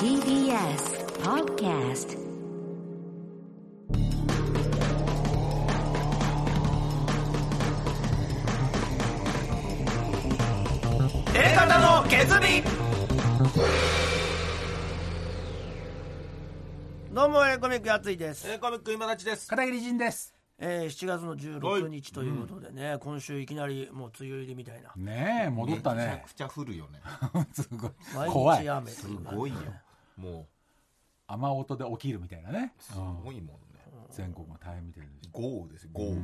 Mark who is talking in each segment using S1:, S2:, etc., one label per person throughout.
S1: TBS Podcast
S2: 方の削りどうもエレコミックやついです、
S3: えー、コミック今立ちです。
S4: 片桐仁です
S2: えー、7月の16日ということでね、今週いきなりもう梅雨入りみたいな
S4: ねえ戻った
S3: めちゃ
S4: ね
S3: くちゃ降るよね。
S4: すごい
S2: 毎
S4: 怖
S2: 日
S4: い
S2: 雨
S3: すごいよ。も
S4: 雨音で起きるみたいなね
S3: う、すごいもんね。
S4: 全国の大変みたいな
S3: 豪雨ですよ、豪雨。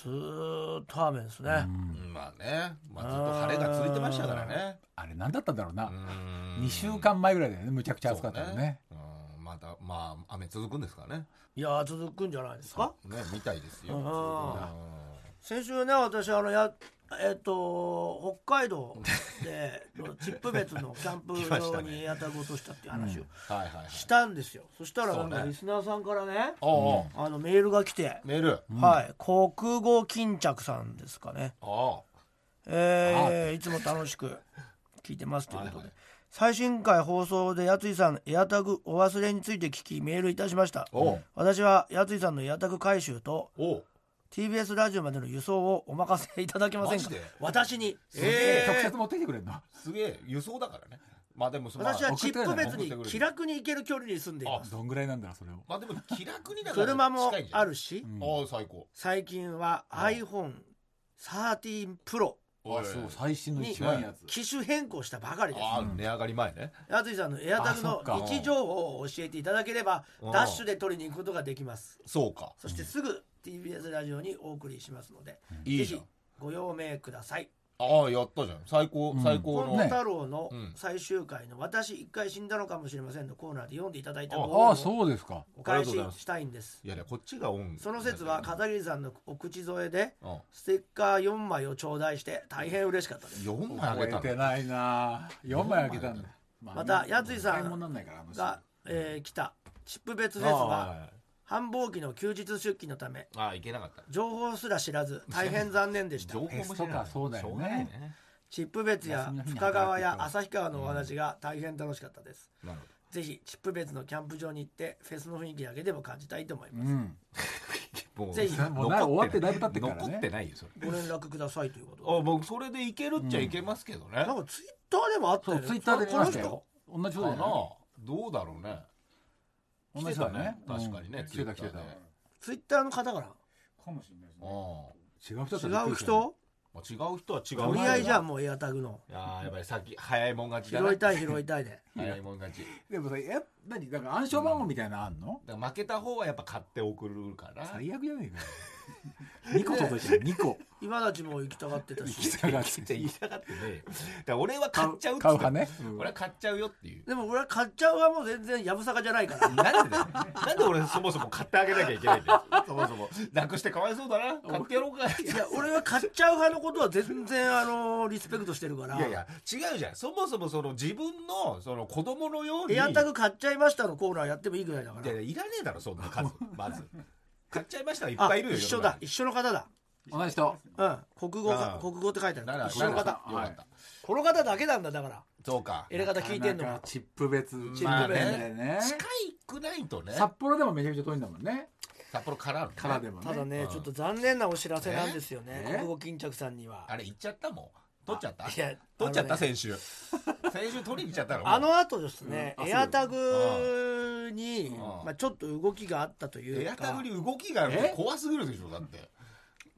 S2: ずーっと雨ですね、
S3: うんまあね、まあずっと晴れが続いてましたからね。
S4: あれ何だったんだろうな
S3: うん
S4: 2週間前ぐらいだよねむちゃくちゃ暑かった
S3: そ
S4: の
S3: う
S4: ね。
S3: うんまた、まあ、雨続くんですかね。
S2: いやー続くんじゃないですか
S3: ね、みたいですよ。
S2: あ
S3: う
S2: 先週ね私あのやえっと北海道で のチップ別のキャンプ
S3: 来まし
S2: 場
S3: た
S2: に
S3: ね
S2: やたごとしたっていう話を
S3: んはいはいはい。
S2: したんですよ、そしたらなん
S3: そ
S2: か
S3: うね
S2: リスナーさんからね
S3: おうおう
S2: あのメールが来て、
S3: メール。
S2: はい国語巾着さんですかね
S3: あ
S2: えーいつも楽しく聞いてますということで、
S3: はいはい
S2: 最新回放送でやついさんエアタグお忘れについて聞きメールいたしました
S3: おう
S2: 私はやついさんのエアタグ回収と
S3: おう
S2: TBS ラジオまでの輸送をお任せいただけませんか
S3: マジで
S2: 私に
S3: えー
S4: 直接持ってきてくれるの
S3: すげえ、輸送だからね。まあでもその、
S2: 私は
S3: ま
S2: チップ別に
S3: 送ってくれる
S2: 気楽に行ける距離に住んでいます
S4: どんぐらいなんだろうそれを
S3: あまあでも気楽にだから
S2: 車も
S3: 近いんじゃな
S2: あ
S3: い。
S2: るし
S3: ああ、最高。
S2: 最近は iPhone13 Pro
S3: おい
S4: あそう最新の
S2: に
S4: 一番いいやつ
S2: 機種変更したばかりです
S3: ああ、値上がり前ね。
S2: やついさんのエアタグの
S4: あそっか
S2: 位置情報を教えていただければ
S3: うん
S2: ダッシュで取りに行くことができます
S3: そうか。
S2: そしてすぐ TBS ラジオにお送りしますので、
S3: い
S2: ぜ
S3: いじゃ
S2: ひ
S3: ん。
S2: ご用命ください
S3: ああ、やったじゃん。最高、
S4: うん
S3: 最
S2: 「
S3: 高
S2: コ
S3: の。
S2: ン
S4: ね
S2: 太郎」の
S3: うん
S2: 最終回の「私一回死んだのかもしれません」のコーナーで読んでいただいた
S3: あ
S2: ご
S4: あ
S2: 応
S4: あ
S2: 募を
S4: そうですか
S2: お返し
S3: ありがとうございます
S2: したいんです
S3: いやいや、こっちがオン。
S2: その説は片桐さんのお口添えで
S3: うん。
S2: ステッカー4枚を頂戴して大変嬉しかったです
S3: 4枚あ
S4: 超
S3: げ
S4: え
S3: た
S4: て
S3: の。
S4: ないな4枚開けたんだ
S2: またやついさん
S4: 買い物なんないからあの人
S2: が、えー来たチップ別フェス
S3: ああ
S2: は繁忙期の休日出勤のため
S3: ああ、いけなかった。
S2: 情報すら知ら ず大変残念でした
S3: 情報も知らない
S4: テストかそうだよね
S3: しょがないね。
S2: チップ別や深川や旭川のお話が大変楽しかったです、
S3: なるほど。
S2: ぜひチップ別のキャンプ場に行ってフェスの雰囲気だけでも感じたいと思いうます、
S4: ん
S3: もう
S2: ぜひ
S4: もうな終わってだいぶ経ってるからね
S3: 残ってないよ、それ。
S2: ご連絡くださいということで
S3: あ僕それでいけるっちゃいけますけどね。
S2: なんかツイッターでもあった
S4: そ
S2: よ
S4: う
S2: ね
S4: ツイッターで見
S2: この
S4: まし
S2: 人
S4: たよ同じこ
S3: かな
S4: とじゃない
S3: どうだろうね。
S4: 同じだね
S3: 来てたね確かにね
S4: うん来てた来
S3: Twitter で
S4: てた
S2: ツイッターの方か
S4: かもしれないです
S3: うん。
S4: 違う人だ
S2: ら違
S4: ったらび
S2: う
S4: っくりするよね
S2: 人
S3: まあ、違う人は違う。
S2: とりあえずじゃあもうエアタグの
S3: いやーやっぱりさっき早いもん勝ちだね
S2: 拾いたい拾いたいで
S3: 早いもん勝ち。
S4: でもさえ何だから暗証番号みたいなのあんの
S3: だから負けた方はやっぱ買って送るから。
S4: 最悪じゃねえかよ 二個届いてる二個
S2: 今たちも行きたがってたし
S4: が
S3: 来て言いたがってねえよだから俺は買っちゃうっつ
S4: 買う
S3: って
S4: 派ね
S3: 俺は買っちゃうよっていう
S2: でも俺は買っちゃうはもう全然やぶさかじゃないから
S3: なんで だよなんで俺そもそも買ってあげなきゃいけないんだよそもそもなくしてかわいそうだな買ってやろうか
S2: いや俺は買っちゃう派のことは全然あのーリスペクトしてるから
S3: いやいや違うじゃんそもそもその自分のその子供のように
S2: エアタグ買っちゃいましたのコーナーやってもいいぐらいだか
S3: いやいや
S2: ら
S3: いらねえだろそんな 数まず買っちゃいましたらいっぱいいるよ
S2: あ一緒だ一緒の方だ
S4: 同じ人
S2: うん国語
S3: あ
S2: か
S3: あ
S2: 国語って書いて
S3: な
S2: ある
S3: ら
S2: 一緒の
S3: よか
S2: 方
S3: ったよかった
S2: この方だけなんだだから
S3: そうか
S2: エレ方聞いてんの
S4: なかな
S2: が
S4: かチップ別
S3: 別
S4: チップ別でね
S3: 近くないとね
S4: 札幌でもめちゃくちゃ遠いんだもんね
S3: 札幌からのね
S4: からでも
S2: ただ
S4: ね
S2: ね
S3: うん
S2: ちょっと残念なお知らせなんですよね
S4: え
S2: 国語巾着さんには
S3: あれ行っちゃったもん取っちゃった
S2: いや
S3: 取っちゃっ
S2: あの
S3: た
S2: ね
S3: 先週 先週取りに行っちゃったの
S2: あの後ですね
S4: うんあそ
S2: エ
S4: う
S2: アタグに
S3: ああ
S2: まあちょっと動きがあったとい
S3: エ
S2: う
S3: アタ
S2: か
S3: グに動きがあるって
S4: え
S3: 怖すぎるでしょだって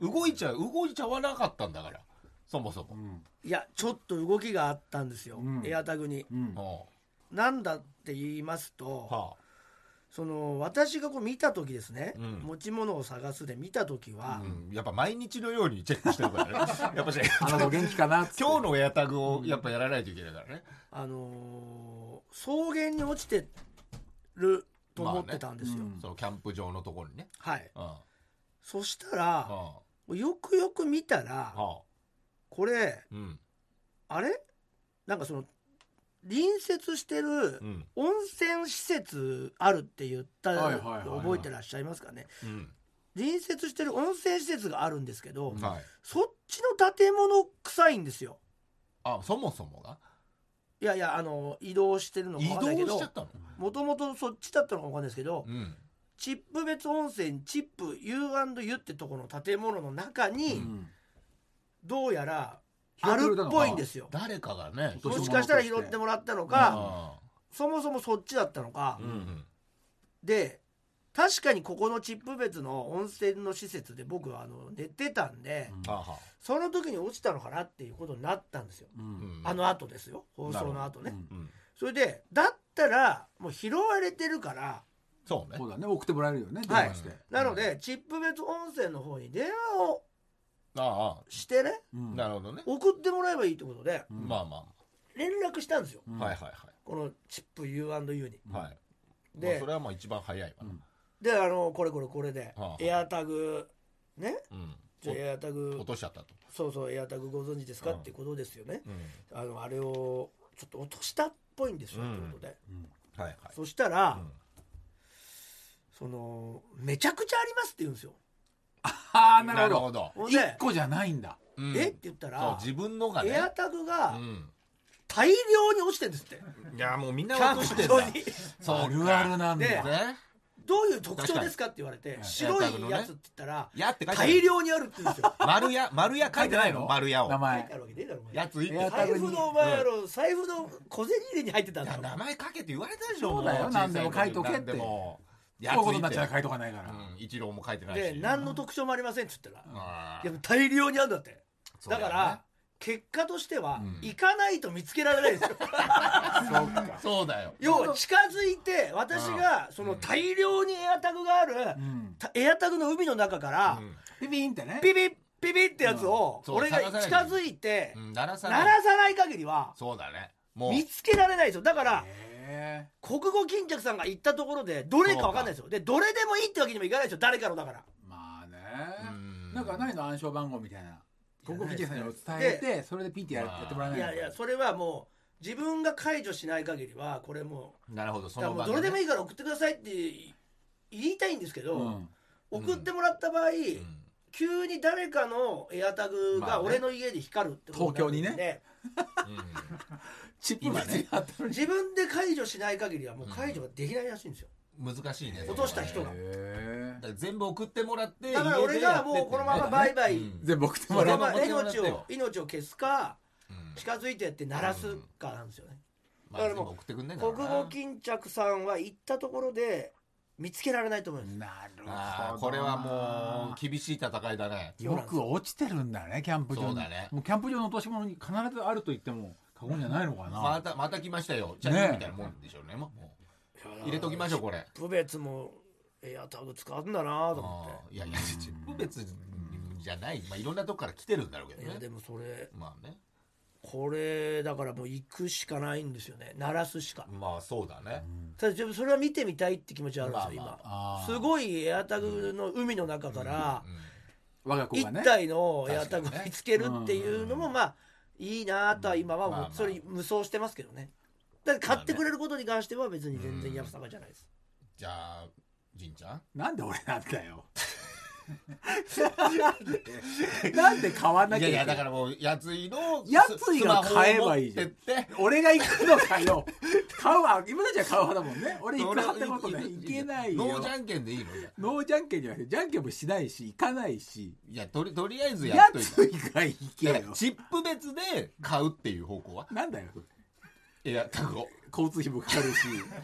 S3: 動いちゃう動いちゃわなかったんだからそもそも、
S4: うん
S2: いやちょっと動きがあったんですよ
S4: うん
S2: エアタグに
S4: うん
S3: は
S2: なんだって言います
S3: あ
S2: と
S3: は
S2: その私がこう見た時ですね、
S3: うん
S2: 持ち物を探すで見た時は、
S3: あうん、やっぱ毎日のようにチェックしてるからねやっぱし
S4: あなた元気かなっつって
S3: 今日のエアタグをやっぱやらないといけないからね、
S2: あのー草原に落ちてると思ってたんですよ、
S4: まあねうん
S3: そのキャンプ場のところにね、
S2: はい
S3: うんうん
S2: そしたら、
S3: は
S2: よくよく見たら、
S3: あ
S2: これ
S3: うん
S2: あれなんかその隣接してる
S3: うん
S2: 温泉施設あるって言った
S4: はい
S2: の
S4: はいはいはい
S2: 覚えてらっしゃいますかね
S3: うん、
S2: 隣接してる温泉施設があるんですけど、
S3: はい
S2: そっちの建物臭いんですよ
S3: あそもそもが
S2: いやいやあの移動してるのか
S3: 移
S2: わかんないけ
S3: 動し
S2: ど
S3: ちゃったの
S2: もともとそっちだったのかわかんないですけど、
S3: うん
S2: チップ別温泉チップ U&U ってとこの建物の中に、
S4: うん
S2: どうやら
S4: 拾
S2: あ
S4: ってく
S2: る
S4: れたの
S2: っ
S4: か
S2: ぽいんですよ
S3: 誰かがね
S4: 落
S2: も
S4: と
S2: し
S4: し
S2: か
S4: 物
S2: したら
S4: とし
S2: 拾
S4: て
S2: ってもらったのか
S3: あ
S2: そもそもそっちだったのか
S3: ー、うん
S2: で確かにここのチップ別の温泉の施設で僕はあの寝てたんで、
S4: うん
S3: あは
S2: その時に落ちたのかなっていうことになったんですよ、
S4: うん
S3: うん
S2: あの後ですよ放送の後ね、
S4: うん
S3: うん
S2: それでだったらもう拾われてるから
S3: そうね
S4: そうだね送ってもらえるよね電
S2: はい
S4: 話して、
S2: なので、チップ別温泉の方に電話を
S3: あ
S2: してね
S4: うん
S3: あなるほどね、
S2: 送ってもらえばいいってことで
S4: うん
S3: まあまあ
S2: 連絡したんですよ、
S4: うん
S3: まあ、はいはいは
S2: このチップ U&U に。
S3: いはい、まあ、
S2: で
S3: それはまあ一番早いわな
S2: であのこれこれこれで、
S3: はあ
S2: エアタグね
S3: うん
S2: じゃあエアタ
S3: お
S2: グ
S3: 落としちゃったと、
S2: そうそうエアタグご存知ですか、
S3: うん
S2: っていうことですよね
S3: うん、
S2: あのあれをちょっと落としたっぽいんですよ、
S3: うん
S2: ということで
S4: うん
S3: はいはい
S2: そしたら、
S3: うん
S2: そのめちゃくちゃありますって言うんですよ
S4: ああなるほど
S3: ど
S2: ほんで
S4: 一個じゃないんだ
S3: うん
S2: えって言った
S3: そう
S2: ら、
S3: 自分のがね
S2: エアタグが
S3: うん
S2: 大量に落ちてるんですって、
S3: いやもうみんな
S2: キャン
S3: 落として
S2: プ
S3: んだ
S2: 場に
S3: そうか
S4: あるあるなん
S2: で
S4: だ
S3: ね
S2: どういう特徴ですかって言われて
S4: かに
S2: 白い
S3: エアタグのね
S2: やつって言ったら、
S3: やって書いてある
S2: 大量にあるって言うんですよ
S3: 丸屋丸屋書いてないの丸屋を
S4: 名
S2: 書い
S4: 前
S2: てあるわけねえだろお前
S3: やつい
S4: エアタ
S2: 財
S4: グに
S2: 布のお前やろ、財布の小銭入れに入ってたんだろ
S3: 名前書けって言われたでしょ
S4: そうだよ
S3: も
S4: 何でも書いとけって
S3: 何でもや
S4: こういうことになっ
S3: つい
S4: ち
S3: て
S4: ゃ書いとかないから、
S3: うん一郎も書いてない
S2: で
S3: し
S2: 何の特徴もありませんって言ったら、
S3: あー
S2: いやもう大量にあるんだって
S3: そう
S2: だ
S3: よ
S2: か
S3: ね
S2: ら結果としては、
S3: うん
S2: 行かないと見つけられないん ですよ
S4: そうか
S3: そうだよ
S2: 要は近づいて私がその大量にエアタグがある、
S4: うん
S2: たエアタグの海の中から、
S4: ビビンってね
S2: ピピッピピッってやつを、
S3: うん
S2: 俺が
S3: そう
S2: 近
S3: 探さない
S2: づいて、
S3: うんうん鳴らさ
S2: 鳴
S3: ない
S2: らさない限りは
S3: そうだねもう
S2: 見つけられないんですよだから
S4: へ
S2: 国語巾着さんが行ったところでどれか分かんないですよでどれでもいいってわけにもいかないですよ誰かのだから
S4: ーまあね
S3: うん
S4: なんかないの暗証番号みたいなここ
S2: ない
S4: ピ
S2: で
S4: ケ
S2: す
S4: さん
S2: ね
S4: に伝えてそれでピンってやる
S3: まあ
S4: やってもらえないいの
S2: やいやそれはもう自分が解除しない限りはこれも
S3: なるほど
S2: う
S3: そ
S2: だから
S3: の
S2: も
S3: 場
S2: うどれでも
S3: い
S2: いいから送ってくださいって言いたいんですけど、
S4: うん
S2: 送ってもらった場合、急に誰かのエアタグ
S3: まあ
S2: が
S3: ね
S2: 俺の家で光るってことなるんで
S4: 東京にチップがねあったのに
S2: 自分で解除しない限りはもう解除ができないらしいんですよ、
S3: 難しいね
S2: 落とした人が
S3: だ
S4: へー
S3: から全部送ってもらって
S2: だから俺がもうこのままバイバイ、
S3: うん
S4: 全部送って
S2: こ
S4: も
S2: の
S4: らえ
S2: ま
S4: ば
S2: ま
S3: うん
S2: 命を命を消すか
S3: うん
S2: 近づいてって鳴らすかなんですよね、
S3: まあ
S2: だからもう
S3: 全部送ってくんねえから
S2: 国
S3: な
S2: 語巾着さんは行ったところで見つけられないと思います、
S4: なるほど
S3: あ
S4: な
S3: あこれはもう厳しい戦いだね
S4: よく落ちてるんだねキャンプ場に
S3: そうだね
S4: もうキャンプ場の落とし物に必ずあると言っても過言じゃないのかな、
S3: またまた来ましたよチャ
S4: ね
S3: リ
S4: え
S3: みたいなもんでしょうねもうもう入れときましょうこれ
S2: 部別もエアタグ使うんだなと思
S3: あーいやいやチップ別じゃないまあいろんなとこから来てるんだろうけ
S2: ってい
S3: ど
S2: や
S3: ね
S2: でもそれ
S3: まあね
S2: これだからもう行くしかないんですよね鳴らすしか、
S3: まあそうだね
S2: ただでもそれは見てみたいって気持ちはあるんですよ、
S3: まあまあ
S4: あ
S2: 今すごいエアタグの海の中から
S4: 我が子が
S2: 1
S4: ね
S2: 体のエアタグを
S3: 確かにね
S2: 見つけるっていうのもまあいいなとは今は
S3: まあ
S2: も
S3: ま
S2: う
S3: あ
S2: それ無双してますけどねだから買ってくれることに関しては別に全然やぶさかじゃないです
S3: じゃあじんちゃん
S4: なんで俺なん だよなんで買わないきゃ
S3: やいや
S4: いけない
S3: だからもうやついの
S4: やついの買えばいいじゃん
S3: スマホを持ってって
S4: 俺が行くのかよ買うわ今たちは買う派だもんね俺行く
S3: 俺は
S4: 派ってことね行けないよ
S3: ノーじゃんけんでいいのじゃあ
S4: ノーじゃんけんじゃなくてじゃんけんもしないし行かないし
S3: いやとりとりあえずや
S4: や
S3: っとい
S4: つ以外行け
S3: てだ
S4: よ
S3: からチップ別で買うっていう方向は
S4: なんだよそれ
S3: いやタグを
S4: 交通費もかかるし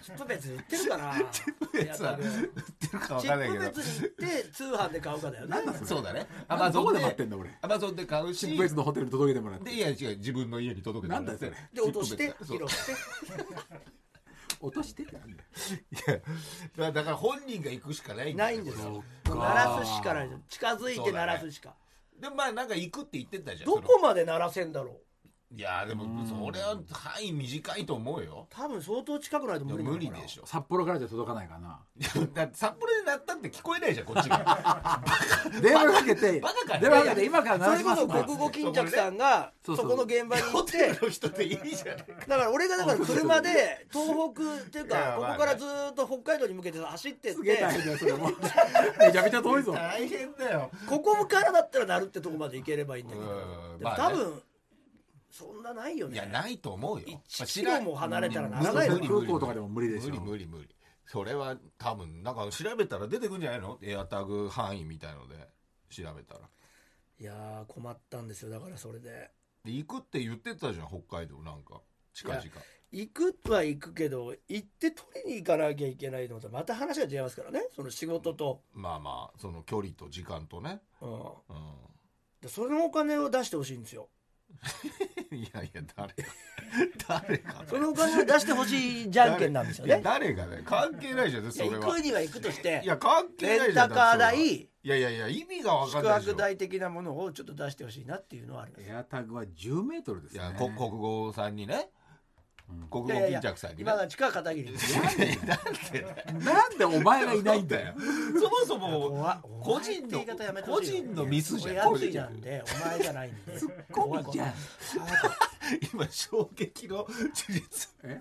S2: チップ別売ってるかなチップ
S3: 別は売ってるかわ
S2: チ
S3: かんない
S2: ッ
S3: け
S2: プ
S3: ど
S2: 別に行って通販で買うかだよね
S3: そうだね。ア
S4: なん
S3: マ
S4: でど
S3: ゾ
S4: こ
S3: ン
S4: で
S3: で
S4: 待ってんだ俺
S3: アマゾンで買うし、
S4: チップ別のホテルに届けてもらっ
S3: で
S4: て
S3: いや違う自分の家に届けてもらって
S4: なんだよ
S2: で落として
S3: チ
S2: 拾
S3: ッ
S2: っ
S3: プ
S2: て
S3: 別
S4: 落としてってなんだよ
S3: そういやだから本人が行くしかないんだ
S2: な
S3: よ
S2: いんですよ
S4: そっか
S2: 鳴らすしかないですよ近づいて鳴らすしか、
S3: でもまあなんか行くって言ってたじゃん。
S2: どこまで鳴らせんだろう
S3: そのいやでもそれは範囲短いと思うよ。
S2: 多分相当近くないと
S3: いや
S2: 無理なのかな
S3: 無理でしょ。
S4: 札幌からじゃ届かないかな
S3: だって札幌で鳴ったって聞こえないじゃんこっちが。
S4: 電話かけて電
S3: バカかね
S4: 話かけて今から
S2: そ
S4: 鳴ら
S2: れ
S4: し
S2: こ
S4: ます
S2: そ
S4: って
S2: 国語巾着さんが
S4: そ
S2: そう
S4: そ
S2: こ
S4: う
S2: の現場に行って
S3: の人でいいじゃない。
S2: だから俺がだから車 で東北っていう
S3: い
S2: か
S3: やまあ
S2: こ
S3: ね
S2: こからずーっと北海道に向けて走ってっ
S4: すげえ
S2: て
S4: 大変だよそれ もめちゃめちゃ遠いぞ
S3: 大変だよ。
S2: ここからだったらなるってとこまで行ければいいんだけど
S3: うん
S2: でも
S3: まあ
S2: 多
S3: ね
S2: 分そんなないよね
S3: いやないと思うよ
S2: 1キロも離れたら
S3: まあ知
S2: 長い
S4: 長
S2: よ
S4: い空港とかでも無理でしょ
S3: 無理無理無理それは多分なんか調べたら出てくんじゃないのエアタグ範囲みたいので調べたら
S2: いやー困ったんですよだからそれで
S3: で行くって言ってたじゃん北海道なんか近々
S2: い行くは行くけど行って取りに行かなきゃいけないのとまた話が違いますからねその仕事と、
S3: まあまあその距離と時間とね
S2: うん、
S3: うん
S2: でそのお金を出してほしいんですよ
S3: いやいや誰が誰がね
S2: そのお金を出してほしいじゃんけんなんですよ
S3: いや
S2: ね
S3: 誰がね関係ないじゃん
S2: い
S3: そ
S2: や
S3: れ
S2: 行
S3: は
S2: くには行くとして
S3: いや関係
S2: レ
S3: ない
S2: ン
S3: じゃ
S2: タ
S3: ん
S2: カ
S3: だっ
S2: ー
S3: て
S2: 代
S3: それはいやいやいや意味が分か
S2: 宿
S3: んないでし
S2: 泊
S3: ょ
S2: 代的なものをちょっと出してほしいなっていうのはあります
S4: エアタグは10メートルです
S3: い
S4: ね
S3: やこ国語さんにね国語
S2: いやいや
S3: 巾
S2: いや
S3: 着さんにね
S2: 今が近い片桐です
S4: なんでお前がいないんだよ
S3: そもそも
S2: 怖
S3: 個人の
S2: お前って言い方やめてほしいよ
S3: 個人のミスじゃん
S2: いや俺やついなんでお前じゃないんで
S4: コミちゃん
S3: 今衝撃の事実
S4: え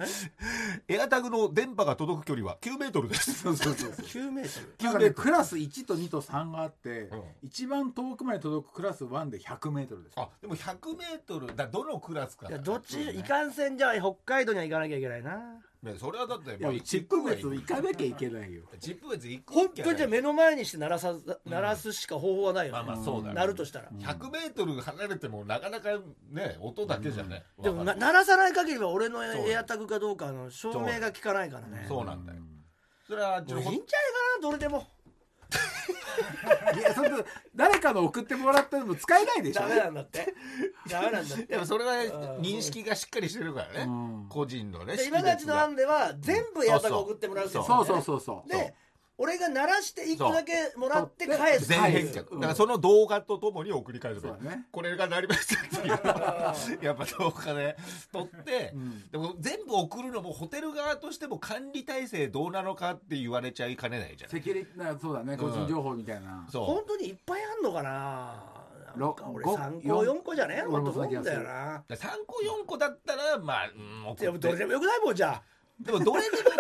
S3: エアタグの電波が届く距離は9メートルです
S4: そうそうそうそう
S2: 9メートル
S4: なんかねクラス1と2と3があって、
S3: うん
S4: 一番遠くまで届くクラス1で100メートルです
S3: あでも100メートルだどのクラスか
S2: いやどっち
S3: ね
S2: いかんせんじゃあ北海道には行かなきゃいけないな
S3: ねそれはだって
S4: いやチップ別行か
S3: ない
S4: なきゃいけないよ
S3: チップ別行く
S2: 本
S3: ん
S2: 当にじゃあ
S3: ない
S2: 目の前にして鳴らさず鳴らすしか方法はないよね、
S3: まあまあそうだね
S2: 鳴るとしたら、
S3: 100メートル離れてもなかなかね音だけじゃね
S2: でも
S3: わか
S2: なん
S3: い
S2: 鳴らさない限りは俺の
S3: そう
S2: エアタグかどうかの証明が効かないからね
S3: そうなんだよそれは
S2: も
S3: 情
S2: ういいんじゃ
S3: 報
S2: ないかなどれでも
S4: いやそれと誰かの送ってもらったのも使えないでしょ
S2: ダメなんだってダメなんだって
S3: でもそれは
S2: うん
S3: 認識がしっかりしてるからね
S4: うん
S3: 個人のね
S2: で今たちの案では全部エアタグ送ってもらうってい
S4: そうそううそうそう
S2: のねで俺が鳴らして1個だけもらって
S4: そう
S2: 返す
S3: 全返却だからその動画とともに送り返せば
S4: そうだね
S3: これがなりましたっていう のをやっぱ動画で撮って
S4: うん
S3: でも全部送るのもホテル側としても管理体制どうなのかって言われちゃいかねないじゃない
S4: セキュリティなそうだね個人情報みたいな、
S3: そ
S2: 本
S3: う
S2: 当にいっぱいあんのかななんか俺
S4: ろ
S2: 3
S4: ご
S2: 個4個じゃねえ
S4: 俺
S2: の
S4: も
S2: と
S4: そ
S2: 思
S4: うな
S2: う
S4: 気が
S2: ん
S4: す
S2: だ
S4: る
S2: よな
S3: だから3個4個だったらまあうん
S2: い
S3: 送
S2: や
S3: って
S2: どれでもよくないもんじゃ
S3: でもどれで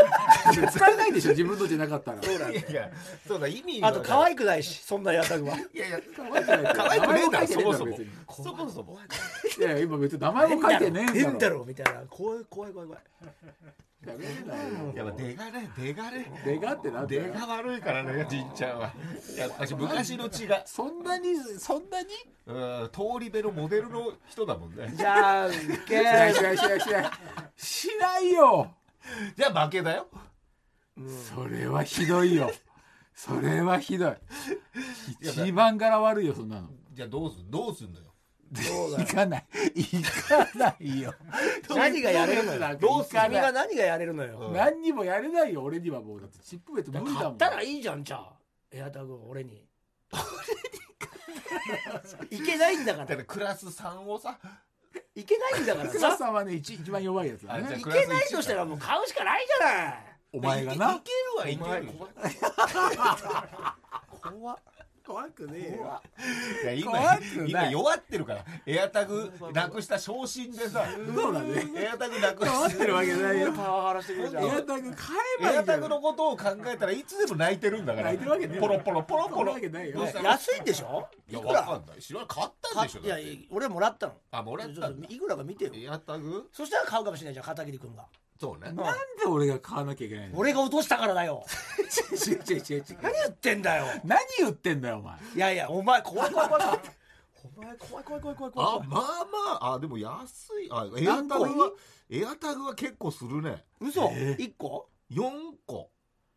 S3: も
S4: 使えないでしょ自分のじゃなかったら
S2: あそうなん
S3: い
S2: だ
S3: やいやそうだ意味
S2: あと可
S3: い
S2: 愛くないしそんなエアタグは
S3: いやいや可
S4: 可
S3: 愛くねえんだそ
S4: そ
S3: も
S4: も
S3: そ
S4: そ
S3: も
S4: も
S3: そもそも
S4: いやいや今別に名前も書いてねえ
S2: 変
S4: ん
S2: だ
S4: だろ
S2: ろみたいな怖い怖い怖い怖い
S4: やめなよ
S3: やっぱ出がね出がね
S4: 出がってなんだよ
S3: 出が悪いからねじんちゃんはやっぱし昔の血が
S4: そんなにそんなに
S3: うん通り部のモデルの人だもん ね
S2: じゃあ受け
S4: しないしないしないしないしないよ
S3: じゃあ負けだよ
S4: それはひどいよそれはひどい一番柄悪いよそんなの
S3: じゃあどうすんどうすんのよ
S2: そうだよ
S4: 行かない行かないよ
S2: 何がやれるの
S4: なん
S2: よ
S4: か
S2: どう
S4: 行
S2: す
S4: か
S2: 君
S4: な
S2: が
S4: い
S2: 何がやれるのよ
S4: 何にもやれないよ俺にはもうだってチップ別無理だ
S2: 買
S4: も
S2: っ
S4: ん
S2: たらいいじゃんじゃあエアタグを俺に いけないんだか
S3: だか
S2: ら
S3: らクラス3をさ
S2: いけないんだから
S4: クラ
S2: さ
S4: スさんはね一一番弱いやつだ
S3: あじゃ
S4: ね
S3: あ
S2: いけないとしたらもう買うしかないじゃない
S4: お前が
S3: い
S4: な
S3: けいけるはいける
S2: 怖怖くねえよ
S3: いや
S4: 怖く
S3: 今
S4: な
S3: 今
S4: い
S3: 弱ってるからエアタグなくした昇進でさ
S4: そうだね
S3: エアタグなく
S4: 変わって
S3: し
S4: るわけないよ
S2: パワハラしてくるじゃん
S4: エアタグ買えばい
S3: エ
S4: いじゃ
S3: ア
S4: ん
S3: タグのことを考えたらいつでも泣いてるんだから
S4: 泣いてるわけねえ
S3: ポロポロポロポ
S4: そんな
S3: ロ
S4: わけないよ
S3: どうしたの
S2: 安いんでしょ
S3: いや
S2: いく
S3: わ
S2: ら
S3: かんない知らない買った
S2: か
S3: んでしょ
S2: いや
S3: だって
S2: 俺もらったの
S3: あもらったんだ
S2: ちょっといくらか見てよ
S3: エアタグ
S2: そしたら買うかもしれないじゃん片桐君が
S3: そうね
S4: なんで俺が買わなきゃいけないの
S2: 俺が落としたからだよ
S4: 違う違う違う違う
S2: 何言ってんだよ
S4: 何言ってんだよお前
S2: いやいやお前怖い怖い怖い 怖いお前怖い怖い怖い怖い怖い
S3: あまあまああでも安いあエアタ
S4: 何
S3: グ
S4: 個
S3: はエアタグは結構するね
S2: 嘘
S4: え
S2: 一個
S3: 4個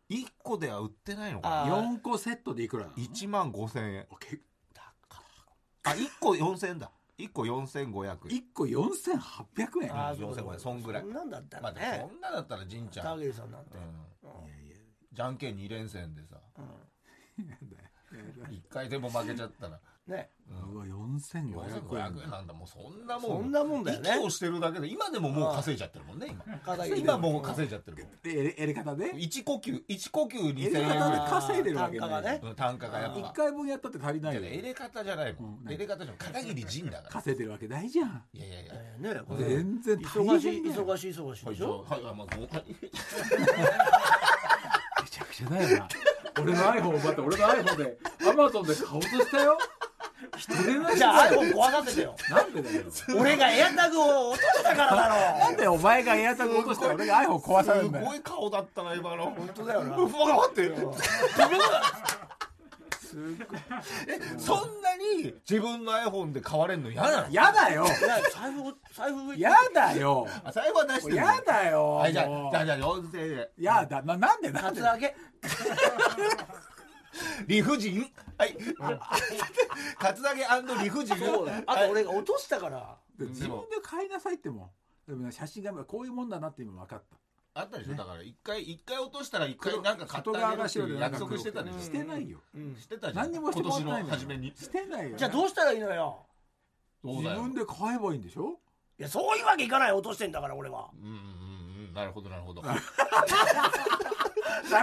S3: 1個では売ってないのか
S2: あー
S3: な
S4: 4個セットでいくらなの
S3: 1万5000円
S4: おけ
S3: あ1個4000円だ1個4500円
S4: 1個4800円
S2: あー
S3: 4000
S2: そうか
S3: そんぐらい
S2: そんなんだった
S3: ま
S2: ら
S3: あでも
S2: ね
S3: そんなだったらじんちゃ
S2: 片
S3: ん、うん、
S2: 桐さんなんて
S3: じゃんけん2連戦でさ1回でも負けちゃったら
S2: ね
S4: うわ4500
S3: 4500円
S4: 円
S3: なんだもうそんなも
S2: そ
S3: ん
S2: んなもんだよ
S3: 息
S2: ね
S3: をしてるだけで今でももう稼いじゃってるもんね
S2: 片
S3: 今
S2: 桐
S3: 今もう稼いじゃってるもん
S4: でやりやり方で
S3: 一呼吸一呼吸2000
S4: や
S3: 円
S4: り
S3: ぐ
S4: 方で
S3: ら
S4: 稼いでるわけ
S2: 単価が
S4: ない
S2: ね
S3: いうん単価がやっ
S4: 1
S3: ぱ
S4: 回分やったって足りないい
S3: や
S4: よ
S3: ね入れ方じゃないも
S4: うんん
S3: 入れ方じゃない片桐仁だから
S4: 稼いでるわけないじゃん
S3: いやいやいや
S2: えーねこれ
S4: 全然
S2: 忙
S4: 大
S2: しい
S4: 変だよ
S2: 忙しい忙しい
S3: は
S2: で
S3: い
S2: しょ
S3: はいはいまあ豪快
S4: めちゃくちゃだよな俺の iPhone 奪って俺の iPhone で Amazon で買おうとしたよ人の
S2: じゃあ iPhone 壊させてよ
S4: なんでだ よ
S2: 俺がエアタグを落としたからだろ
S4: なんでお前がエアタグ落としたら俺が iPhone 壊されるんだ
S3: す
S4: よ
S3: ごい顔だったな今の本
S2: 当だよな
S3: 待って
S4: すごい
S3: そんなに自分の iPhone で買われんの嫌なの
S4: やだよ
S2: いや財布財布
S4: やだよ
S3: あ財布は出してる
S4: やだよ
S3: はいじゃ
S4: も
S3: あ
S4: う
S3: じゃあじゃあ4 0円
S4: やだななんでな
S2: カ
S4: んで
S2: ツアゲ
S3: 理不尽はいカツアゲ理不尽
S2: そうだよあと俺が落としたから
S4: 自分で買いなさいってもんでもね写真がこういうもんだなって今分かった
S3: あったでしょだから一回一回落としたら一回なんか買って
S4: 外
S3: あげるっ
S4: 側が
S3: て
S4: 白
S3: い
S4: で
S3: う
S4: 中
S3: 約
S4: が黒
S3: 束
S4: く
S3: してたでしょ
S4: してないよ
S3: してたじゃん
S4: 何にもしてもらってない
S3: 今年
S4: の
S3: の初めに
S4: してないよ
S2: じゃあどうしたらいいのよ
S3: そう
S4: 自
S3: だよ
S4: 分で買えばいいんでしょ
S2: いやそういうわけいかない落としてんだから俺は
S3: うんうんうんなるほどなるほど
S4: なる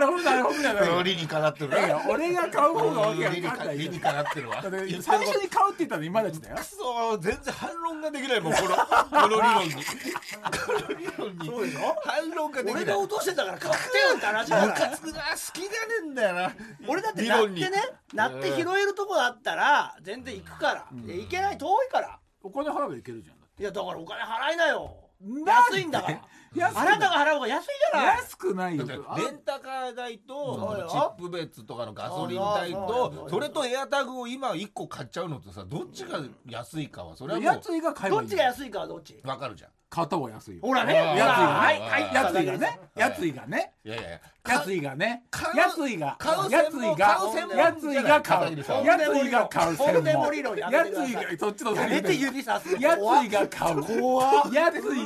S4: ほどなるほどじゃないよ
S3: 理にかなってる
S4: いやいや俺が買う方がわけわ
S3: 理に
S4: かんないじゃん
S3: かなってるわ
S4: だって最初に買うって言ったの今だちだよ
S3: くそ全然反論ができないもんこのこの理論にこの理論に
S2: そうでしょ
S3: 反論ができな
S2: 俺
S3: い
S2: が落としてたから買ってよって話だ
S3: ム
S2: か
S3: カ
S2: ら
S3: つくな好きじゃねえんだよな
S2: 俺だって
S3: 理
S2: なっ
S3: 論
S2: て
S3: に
S2: ねなって拾えるとこだったら全然行くからいや行けない遠いから
S4: お金払えばいけるじゃんだって
S2: いやだからお金払いなよ
S4: なんで
S2: 安いんだから
S4: 安く
S2: あなたが払う方が安いじゃない
S4: 安くないよ
S3: だって
S4: あ
S3: レンタカー代と
S2: そう
S3: そ
S2: よ
S3: のチップベッツとかのガソリン代
S2: そうよ
S3: とそれとエアタグを今1個買っちゃうのとさどっちが安いかはそれはも
S4: や
S3: う
S4: ついが買え
S2: ど
S4: ばい
S2: っ
S4: い
S2: ちが安いかはどっち
S3: 分かるじゃん
S4: 買った方が安いよ
S2: ほらね
S3: うわ
S2: ほら
S4: やついが
S2: はい
S4: ね
S2: はい
S4: やついがね
S3: はい
S4: やついがね
S3: いやいやいや
S4: やついがね
S3: 買う
S4: やついが
S3: 買う
S4: やついが
S2: 買う専門
S4: やついが買う
S3: じゃない
S4: やついが買う
S2: ホ
S4: 専
S2: ルデモ
S4: 門
S2: 理論や
S4: や
S2: めてく
S4: つ
S2: ださい
S4: いがそっちの
S2: やめて
S4: や
S2: 指さすの
S4: つ
S2: 怖っ
S4: いが買う
S2: 怖っ
S4: やついが買う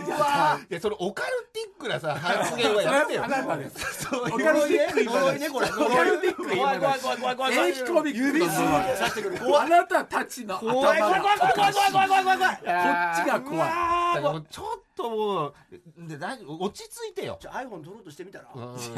S3: いやそれオカルティックなさ発言 は
S4: そ
S3: やめて
S4: れ
S3: よ
S4: はあなたです
S3: そう
S4: オ
S3: いう
S4: カルティック
S2: 呪いねこれ
S4: オカ
S2: 呪い
S4: ルティック
S2: 怖い怖い
S4: 今
S2: 怖い怖い怖い怖
S4: 演
S2: い
S4: 技コミック指す
S2: さしてくる怖
S4: あ
S2: い
S4: なたたちの頭
S2: 怖い怖い
S4: が
S2: 怖い怖い怖い怖い怖い怖い怖い怖い
S4: こっちが怖い
S3: だからもうちょっともうで大丈夫落ち着いてよ
S2: じゃあ iPhone 取ろうとしてみたら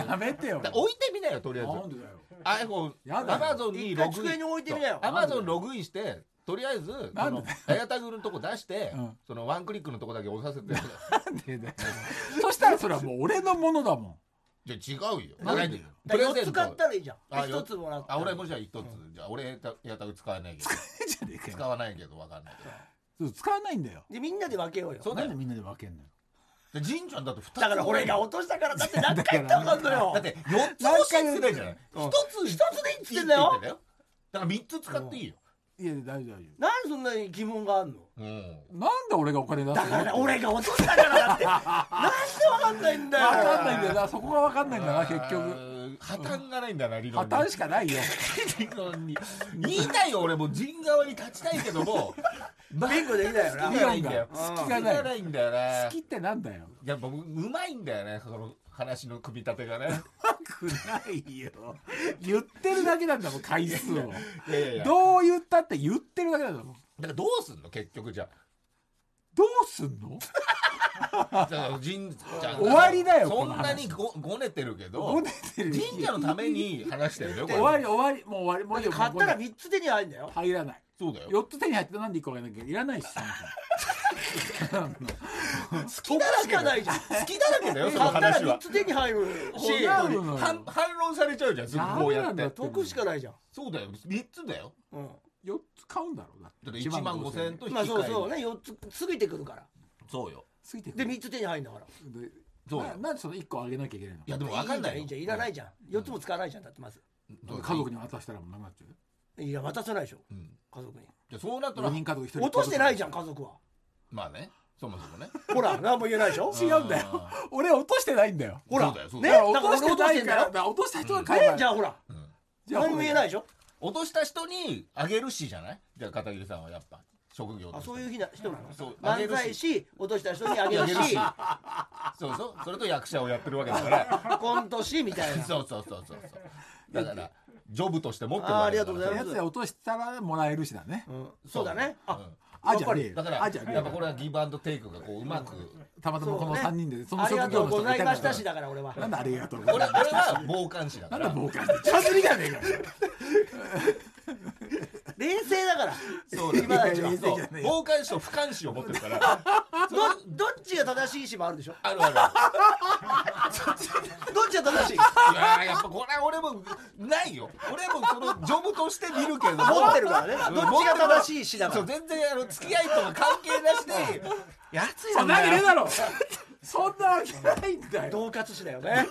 S4: やめてよ
S3: だ置いてみなよとりあえず
S4: なんでだよ
S3: iPhone
S4: やだよ
S3: Amazon に
S2: 一回
S3: ログイ
S2: 机に
S3: ン
S2: 置いてみなよ
S3: Amazon ログインしてとりあえずそ
S4: なん
S3: の
S4: で
S3: エアタグのとこ出して、
S4: うん
S3: そのワンクリックのとこだけ押 させて
S4: なんでだよ そしたらそれはもう俺のものだもん
S3: じゃあ違うよ
S2: なんで
S3: 何プレゼ
S2: 4
S3: ン
S2: つ
S3: ト
S2: 買ったらいいじゃ
S3: あ
S2: ん一つもらって
S3: あ俺もじゃあ一つ、じゃあ俺エアタエアタグ使わないけど
S4: じゃねえか
S3: 使わないけどわかんないけ
S4: よ使わないんだよ
S2: でみんなで分けようよ
S3: そうだ
S4: な
S3: よ
S4: んでみんなで分けんのよ
S3: どでじんちゃんだって二つ
S2: だから俺が落としたからだって何回言ったかんのよ
S3: だって4つ欲しいっつってないじゃない一つ一
S2: つでいいっつってんだよ
S3: だから3つ使っていいよ、
S4: いや大丈夫大丈
S2: なんでそんなに疑問があんの
S3: うん、
S4: 夫なんで俺がお金出すの
S2: だから俺が落としたからだってなんで分かんないんだよ
S4: 分かんないんだよなそこが分かんないん だな結局
S3: 局破綻がないんだな理
S4: 破
S3: 論に
S4: 綻しかないよ
S3: 理論に言いたいよ俺も陣側に立ちたいけども
S2: ビンゴできないよな
S3: 好きじゃないんだよ
S4: 理論が
S3: 好きじゃないんだよね
S4: 好きってなんだよ
S3: やっぱうまいんだよねその話の組み立てがね
S4: くないよ言ってるだけなんだもん回数を
S3: いやいやいやだか
S4: どう言ったって言ってるだけなんだもん
S3: らどうすんの結局じゃ
S4: どうすんの
S3: あだから陣ちゃんが
S4: 終わりだよ
S3: そ
S4: この
S3: ん
S4: 話
S3: なにごごねてるけど
S4: ごねてる
S3: 神社のために話してるよこれ
S4: 終わり終わりもう終わりもういいよ
S2: 買ったら
S4: もう
S2: 3つ手に入るんだよ
S4: 入らない
S3: そうだよ
S4: 4つ手に入ってなんで1個がなきゃいらないしそも
S2: 好きだらけかないじゃん
S3: 好きだらけだよそ
S2: 買
S3: の
S2: ったら
S3: 話
S2: 3
S3: は
S2: つ手に入るし
S4: 違うのよ
S3: 反反論されちゃうじゃんすぐこうや
S4: ダ
S3: っ
S4: メなん
S3: て
S4: だ
S2: 得しかないじゃん
S3: そうだよ3つだよ
S2: うん
S4: そも4つ買うんだろうだっ
S3: だって1万5000円と引き
S2: ま
S3: 換え
S2: あ
S3: に
S2: そうそうね4つ過ぎてくるから
S3: そうよ
S4: ついてく
S2: で
S4: る
S2: 3つ手に入るんだから
S4: で
S3: そう
S4: な
S3: よ
S4: なんでその1個あげなきゃいけないの
S3: いやでも分かんないよ
S2: いいじゃんいいじゃんいらないじゃん4つも使わないじゃんだってまず
S3: どうぞ
S4: 家族に渡したらもうなくなっちゃうよ
S2: いや渡せないでしょ
S3: うん
S2: 家族に
S3: じゃあそうなったら
S4: 4人家族1人
S2: 落としてないじゃん
S4: 家
S2: 家族は
S3: まあねそもそもね
S2: ほら何も言えないでしょ
S4: 族違うんだよ俺落としてないんだよ
S2: ほら
S3: そうだよそう
S2: ね
S3: だ
S4: だ
S3: よ
S4: から
S2: だから
S4: 落と
S2: 俺落
S4: して
S2: としてん
S4: ない
S2: だ
S4: から
S2: よ
S4: だから落とした人が買えば
S2: えじゃあほら
S3: うん
S4: じゃあ
S2: 何も言えないでしょ
S3: 落とした人にあげるしじゃないじゃあ片桐さんはやっぱ職業
S2: あ
S3: として
S2: そういう日な人なの
S3: そうあげ
S2: 漫
S3: る
S2: 才
S3: し
S2: 師落とした人にあげる
S3: あげる
S2: し
S3: しそうそうそれと役者をやってるわけだか ら
S2: コント師みたいな
S3: そうそうそうそうそうだからジョブとして持ってる
S2: あー
S3: わ
S2: あ
S3: け
S2: り
S3: だ
S2: が
S3: か
S2: とう
S3: ら
S2: ございます
S4: やつで落としたらもらえるしだね
S2: うんそうだね
S3: うん
S2: あ
S4: あ
S2: やっ
S4: じゃ
S2: ぱ
S4: ね
S2: り
S4: えよ
S3: だから
S4: あじゃねえ
S3: やっぱこれはギブアンドテイクがこううまく
S4: たまたまこの
S2: そうね
S4: 3人でその
S2: ありが
S4: 職
S2: と
S4: 業
S2: う
S4: の人
S2: ございましたし
S4: だ
S2: だから俺は
S4: なんでありがとうござい
S3: 俺
S4: ま
S3: 俺
S4: し
S3: は傍観視だ
S4: た
S3: か
S4: な
S3: ら
S4: んで傍観してバズりじゃねえかよ
S2: 冷静だから
S3: そうだ
S2: 今たち
S4: い
S2: は
S4: やいやいや
S3: そう
S4: じゃねえよ
S3: 傍観視と俯瞰視を持ってるから
S2: どどっちが正しいしもあるでしょ
S3: あるある
S2: どっちが
S3: ゃ正しい。いややっぱこれは俺もないよ。俺もそのジョブとして見るけども
S2: 持ってるからね
S3: うん
S2: どっちが正しいしだか
S3: そう
S2: ら
S3: 全然あの付き合いとか関係なしで。やつ
S4: そ
S3: や
S4: ん
S3: ん
S4: なわけねえだ
S3: ろ。
S4: ろそんなわけないんだよ
S2: 同活しだよね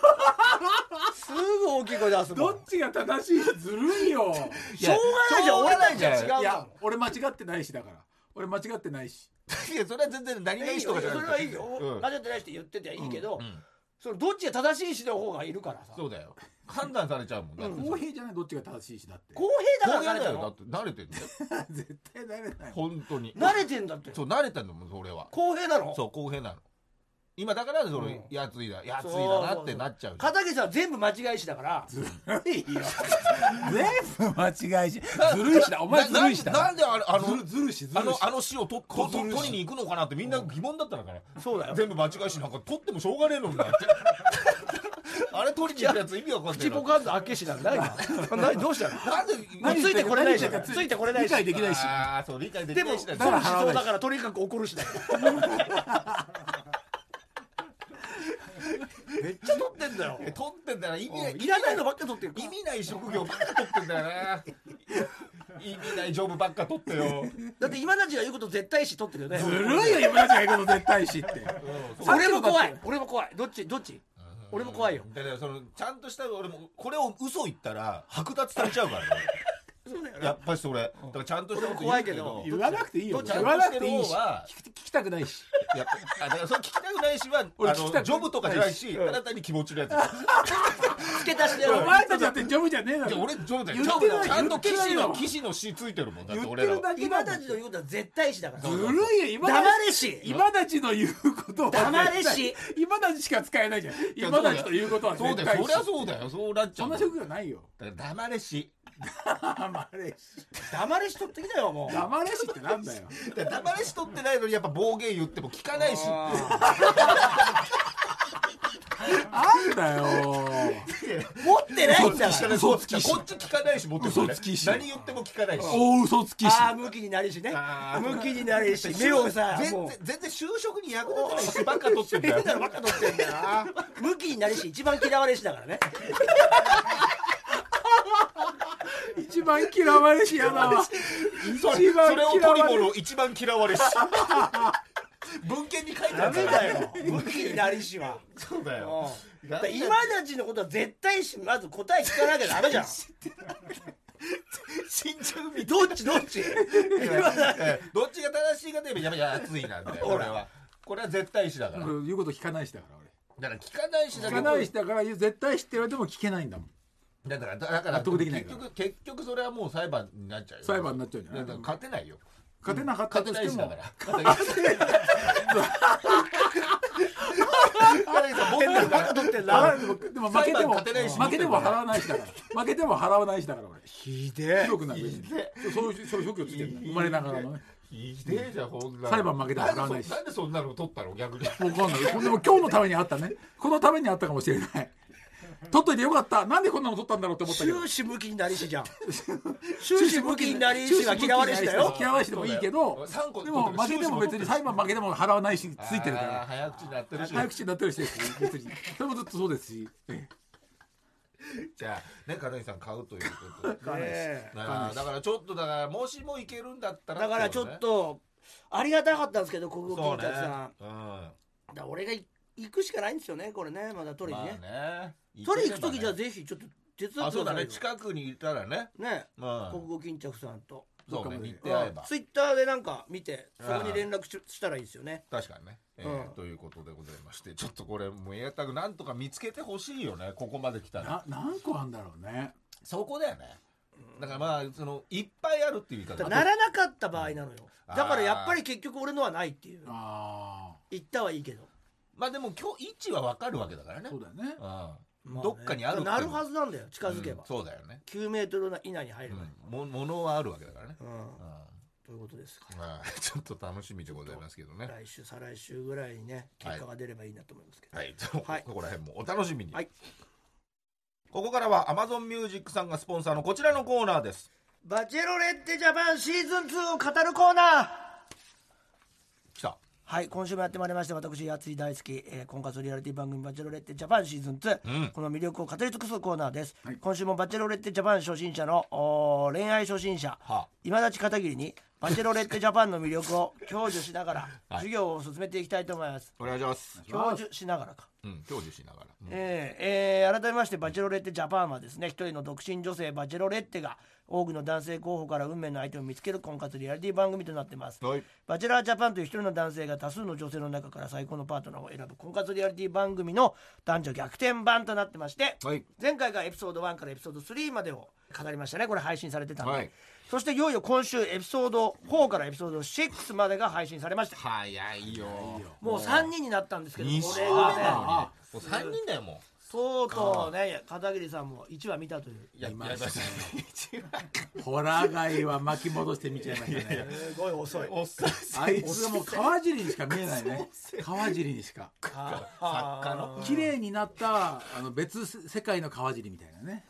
S2: すぐ大きい声出すも
S4: ど
S2: ん
S4: っちが正しいずるい よ
S3: いや
S2: しょうがないじゃん
S3: しょうが
S2: 俺たちは違
S3: ないじゃん
S4: いうや俺間違ってないしだから俺間違ってないし
S3: いやそれは全然何がいい人かじゃない
S2: それはいいよ、
S3: うん
S2: 間違ってないして言ってていいけど、
S3: ん
S2: そのどっちが正しいしの方がいるからさ
S3: そうだよ。判断されちゃうもん。だって
S4: 公平じゃないどっちが正しいしだって
S2: 公平
S3: 公
S2: だか
S3: 平
S2: ら
S3: だ
S2: 慣れてん
S3: よ。だ
S2: の
S3: って慣れてるんだよ。
S4: 絶対なれないもん
S3: 本当に。
S2: 慣れてんだって
S3: そう慣れたのもん俺は。
S2: 公平なの
S3: そう公平なの。今だからその、
S2: うん
S3: やついだやつい
S2: そう
S3: だなってなっちゃうじゃん
S2: 片桐さんは全部間違いしだから
S4: ずるいよ全部間違いしずるいしだお前ずるいしだ
S3: ななんであれあの
S4: ずるずるしず
S3: あ
S4: るい
S3: の
S4: し
S3: あの死をととと
S4: ずるいし
S3: 取りに行くのかなってみんな疑問だったのから、
S2: そうだよ
S3: 全部間違いしなんか取ってもしょうがねえのになって あれ取りに行くやつ意味わかんな
S2: 口
S3: い
S2: ポカンと明石なんだ今何どうしたの
S3: なんで
S2: もうついてこれないし
S4: 何言ってん
S2: ついてこれないし
S4: 理解できないし
S3: ああそう理解で
S2: で
S3: き
S2: も
S3: な
S2: 損し
S3: いし
S2: そう
S4: だから払わない
S2: だからとにかく怒るしだよめっちゃ取ってんだよ
S3: 取ってんだな意味ない
S2: いらないのばっか取ってる
S3: 意味ない職業ばっか取ってんだよな意味ないジョブばっか取ってよ
S2: だって今たちが言うこと絶対し取ってるよね
S4: ずるいよ今たちが言うこと絶対しって
S2: 俺も怖い俺も怖いどっちどっち俺も怖いよ
S3: だからそのちゃんとした俺もこれを嘘言ったら剥奪されちゃう からねやっぱしそれだからちゃんとしたこと言うけ
S2: 俺も怖
S3: ど
S2: いけ
S4: 言わなくていい
S3: ど
S4: よ
S3: っち
S4: 言わなくていい
S3: どっち
S4: し
S3: が
S4: 聞き聞きたくないし
S3: やっぱあだからそれ聞きたくないしは
S4: 俺
S3: あ
S4: 聞きた
S3: の
S4: く
S3: ジョブとかじゃないし、ただ単に気持ちのやつい
S2: 付け足しで
S4: お前たちだってジョブじゃねえだ
S3: や
S4: ろ
S3: 俺ジョブだよ
S4: 言ってない
S3: ちゃんと騎士
S4: 言ってない
S3: の
S4: わ
S3: 騎士の死ついてるもんだって
S4: 言っ
S3: 俺
S4: て
S3: ら
S4: る
S3: は
S4: だけ
S2: 今
S4: だ
S2: た
S4: もん
S2: ちの言うことは絶対しだから
S4: ずるいよ今た
S2: 黙
S4: ち
S2: れし
S4: 今たちの言うことは絶対
S2: 黙れし
S4: 今たちしか使えないじゃん今たちの言うことは
S3: そう
S4: 絶
S3: だ
S4: 対
S3: よ
S4: し
S3: そりゃそうだよそうなっちゃう
S4: そ
S3: んだ
S4: な職業ないよ
S3: だから黙れし
S4: 黙れし
S2: 黙れし取ってきたよもう
S4: 黙れしってなんだよ
S3: だから黙れし取ってないのにやっぱ暴言言っても聞かないし
S4: なんだよ
S2: 持ってないんだから
S3: 嘘つきしこっち聞かないし持ってるからね
S4: 嘘つきし
S3: 何言っても聞かないし
S4: 大嘘つきし
S2: ああ向きになりしね
S3: あー
S2: 向きになりし目をさ
S3: 全然
S2: もう
S3: 全然就職に役立たないしばっか取ってんだよ
S2: 変なのばっか取ってんだよな向きになりし一番嫌われしだからね
S4: 一番嫌われしやだわ
S3: それ
S4: 一番
S3: それを
S4: 嫌わ
S3: 取
S4: れ
S3: り物一番嫌われし文献に書いて
S2: ダ
S3: あるか
S2: メ
S3: ら
S2: だよ向きになりしは
S3: そうだよ
S2: うんだから今たちのことは絶対しまず答え聞かなきゃダメじゃん
S3: 死んじゃうみ
S2: どっちどっち
S3: たいなええどっちが正しいかといえばやっぱり熱いなんだよ
S2: ほ
S3: こ
S2: ら
S3: れはこれは絶対しだから
S4: 言うこと聞かないしだから
S3: だから聞かないしだ
S4: 俺
S3: け
S4: 聞か
S3: ど
S4: ないしだから絶対知って言われても聞けないんだもん
S3: だからだだから
S4: 納得できない
S3: 結局結局それはもう裁判になっちゃうよ
S4: 裁判になっちゃうんじゃな
S3: だ
S4: い
S3: から勝てないよ
S4: 勝てなかった
S3: 勝
S4: と
S3: てない
S4: し
S3: してだから
S4: も
S3: 勝てない
S2: 変なバカ取ってん
S4: 払
S2: な
S4: うでもでも負け
S3: 裁
S4: て
S3: 判
S4: も
S3: 勝てないし
S4: 負けても払わないしだから負けても払わないしだから俺
S2: ひで
S4: ひどくない別にそういうそういう職業つけてんだ生まれながらのね
S3: ひでえじゃんこんなの
S4: 裁判負けても払わないし
S3: なんでそんなの取ったの逆 に
S4: わかんないでも今日のためにあったねこのためにあったかもしれない取っといてよかったなんでこんなの取ったんだろうって思ったけど
S2: 終始向きになりしじゃん終始向きになりしは嫌われしだよ
S4: 嫌われしでもいいけど
S3: 三個
S4: でも負けても別に裁判負けても払わないしついてるか
S3: あー
S4: ら
S3: 早口になってるし
S4: 早口になってるし別に それもずっとそうですしえ
S3: じゃあね片桐さん買うという ことで
S2: ねえ
S3: だからだからちょっとだからもしもいけるんだったら
S2: だからちょっとありがたかったんですけど国語
S3: そう
S2: 金
S3: ね
S2: 達さん、だか
S3: うん
S2: ら俺がい行くしかないんですよねこれねまだ取りに
S3: まあ
S2: ね,、
S3: ね
S2: 取り行く時じゃあ
S3: ね
S2: ぜひちょっと手伝
S3: あ
S2: って
S3: そ
S2: くだ
S3: うだ
S2: さい
S3: ね
S2: よ
S3: 近くにいたらね
S2: ね
S3: まあ
S2: 国語巾着さんと
S3: そう
S4: どっかま
S3: ね
S4: で
S3: 行って会えば
S2: ツイッターでなんか見てそこ
S3: う
S2: に
S3: ん
S2: 連絡ししたらいいですよね
S3: 確かにね、えー
S2: うん
S3: ということでございましてちょっとこれもうエアタグなんとか見つけてほしいよねここまで来た
S4: え
S3: ら
S4: な何個あんだろうね
S3: そこだよねだからまあそのいっぱいあるっていう言い
S2: だ
S3: 方
S2: からならなかった場合なのよ
S3: あ
S2: だ
S3: ー
S2: からやっぱり結局俺のはないっていう
S4: あ
S2: 言ったはいいけど、
S3: まあでも今日位置はわかるわけだからね
S4: あそうだよね
S3: うん
S2: まあね
S3: どっかにあるっていう
S2: なるはずなんだよ近づけば
S3: うん、そうだよね、
S2: 9メートル以内に入
S3: う
S2: ればいい、
S3: ん、もものはあるわけだからね、
S2: うん
S3: うん
S2: ということですか
S3: まあ ちょっと楽しみでございますけどね
S2: 来週再来週ぐらいにね
S3: はい
S2: 結果が出ればいいなと思いますけど、
S3: はい、こ
S2: はい
S3: こら辺もお楽しみに、
S2: はい
S3: ここからは AmazonMusic さんがスポンサーのこちらのコーナーです
S2: バチェロレッテジャパンシーズン2を語るコーナー
S3: 来た
S2: はい今週もやってまいりました私やつい大好き、えー、婚活リアリティ番組「バチェロレッテジャパンシーズン2、この魅力を語り尽くすコーナーです、今週もバチェロレッテジャパン初心者のおー恋愛初心者、
S3: はあ
S2: 今立ち片桐にバチェロレッテジャパンの魅力を享受しながら、
S3: はい
S2: 授業を進めていきたいと思います
S3: お願いします。
S2: 享受しながらか
S3: うん、享受しながら。うん
S2: えええー改めましてバチェロレッテジャパンはですね一人の独身女性バチェロレッテが多くの男性候補から運命の相手を見つける婚活リアリティ番組となってます、
S3: はい
S2: バチェラージャパンという一人の男性が多数の女性の中から最高のパートナーを選ぶ婚活リアリティ番組の男女逆転版となってまして、
S3: はい
S2: 前回がエピソード1からエピソード3までを語りましたねこれ配信されてたんで、
S3: はい
S2: そしていよいよ今週エピソード4からエピソード6までが配信されました
S3: 早いよ。
S2: もう3人になったんですけど
S3: 二
S2: こ
S3: 週
S2: れ
S3: 目
S2: がね
S3: なのに。もう三人だよも
S2: とうとうね片桐さんも1話見たという
S3: う。いや、
S4: 今
S3: やりました
S4: ホラー街は巻き戻して見ちゃいましたね
S2: すごい遅い
S3: おっさん。
S4: あいつはもう川尻にしか見えないね川尻にしか
S2: あー
S3: 作家の
S4: 綺麗になったあの別世界の川尻みたいなね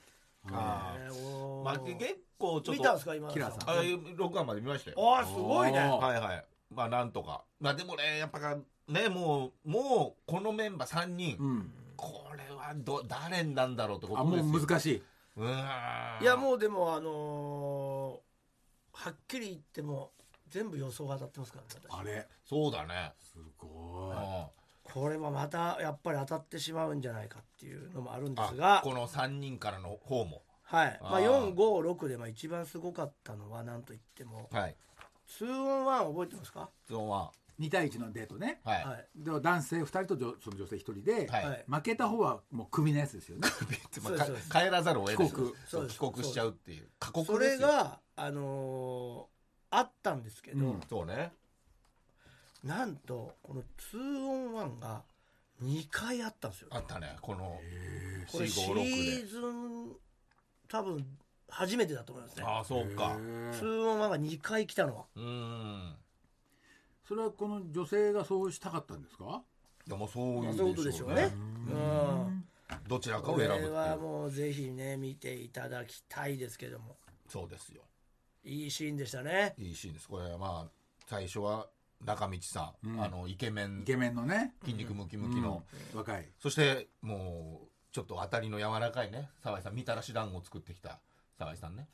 S3: あ
S2: ねおー
S3: ーまあ、結構ちょっ
S2: 見
S3: と。
S2: たんですか今田
S4: キラ
S3: あ、六話まで見ましたよ。
S2: おーすごいね
S4: おー
S3: はいはい。まあ、なんとか。まあ、でもね、やっぱか、ね、もう、もう、このメンバー3人、
S4: うん
S3: これはど、誰になんだろうってこ
S4: あ
S3: とですよ。
S4: もう難しい
S3: い。うーん。
S2: いやもうでもあのーはっきり言っても全部予想が当たってますからね私
S4: あれ
S3: そうだね。
S4: すご
S3: う
S4: い
S3: ん
S2: これもまたやっぱり当たってしまうんじゃないかっていうのもあるんです
S3: あ
S2: が
S3: この3人からの方も。
S2: はいまあ、
S3: あー
S2: 456でまあ一番すごかったのは何と言っても
S3: はい。
S2: 2 on 1覚えてますか、
S3: ゾーンは。
S4: 2対1のデートね
S3: はい。
S2: はい
S4: でも男性2人と女その女性1人で、
S3: はい
S2: はい
S4: 負けた方はもうクビのやつですよね
S3: ま
S2: そうです
S3: あか
S2: そうです
S3: 帰らざるを得ない
S4: 帰国
S2: そうです
S3: 帰国しちゃうっていう過酷です
S2: そ
S3: よ
S2: れが、あのーあったんですけど、
S4: うん
S3: そうね
S2: なんとこの2 on 1が2回あったんですよ
S3: あったねこの
S2: これシリ
S3: 456で
S2: ーズン多分初めてだと思いますね
S3: ああそうか
S4: へ
S2: 2
S4: ー
S2: on 1が2回来たのは
S3: うーん
S4: それはこの女性がそうしたかったんですか
S3: でもそう
S2: まあそうい
S3: いう
S2: こと
S3: う
S2: で
S3: で
S2: し
S3: し
S2: ょ
S3: ょ
S2: う
S3: う
S2: ね
S3: ね
S2: うん
S3: どちらかを
S2: こ
S3: 選
S2: れ
S3: ぶってい
S2: は
S3: う
S2: もうぜひね見ていただきたいですけども
S3: そうですよ
S2: いいシーンでしたね
S3: いいシーンですこれはまあ最初は中道さん、
S4: うん
S3: あのイケメン
S4: イケメンのね
S3: 筋肉ムキムキの、
S4: うん若い
S3: そしてもうちょっと当たりの柔らかいね澤井さんみたらし団子を作ってきた澤井さんね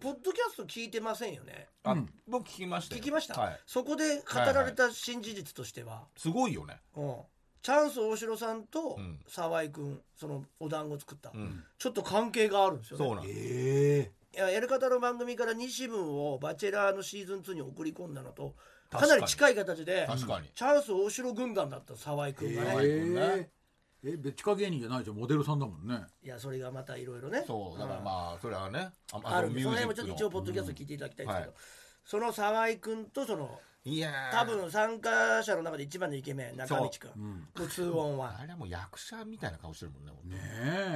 S2: ポッドキャスト聞いてませんよね
S3: あ、
S4: うん
S3: 僕聞きました
S2: 聞
S3: よ
S2: きました、
S3: はい、
S2: そこで語られた新事実としては、
S3: すごいよね
S2: うんチャンス大城さんと
S3: うん
S2: 沢井君そのお団子作った、
S3: うん
S2: ちょっと関係があるんですよね
S3: そうなんです
S4: え
S2: いややり方の番組から西分をバチェラーのシーズン2に送り込んだのと
S3: 確か
S2: か
S3: に
S2: なり近い形で
S3: 確かに
S2: チャンス大城軍団だった沢井
S4: え
S2: 君がね、
S3: 沢井君
S4: ー
S3: ね
S4: え別地下芸人じゃないじゃんモデルさんだもんね
S2: いやそれがまたいろいろね
S3: そうだから
S2: あ
S3: まあそれはねあ
S2: あるんで
S3: ミ
S2: そ
S3: ュ
S2: の
S3: ージ
S2: 辺も
S3: ッ
S2: ちょっと一応
S3: クの
S2: ポッドキャスト聞いていただきたいんですけど、
S3: うん
S2: その沢井君とその
S3: いやー
S2: 多分参加者の中で一番のイケメン中道君
S4: うん
S2: の2オン
S3: あ
S2: 1
S3: れはもう役者みたいな顔してるもんね。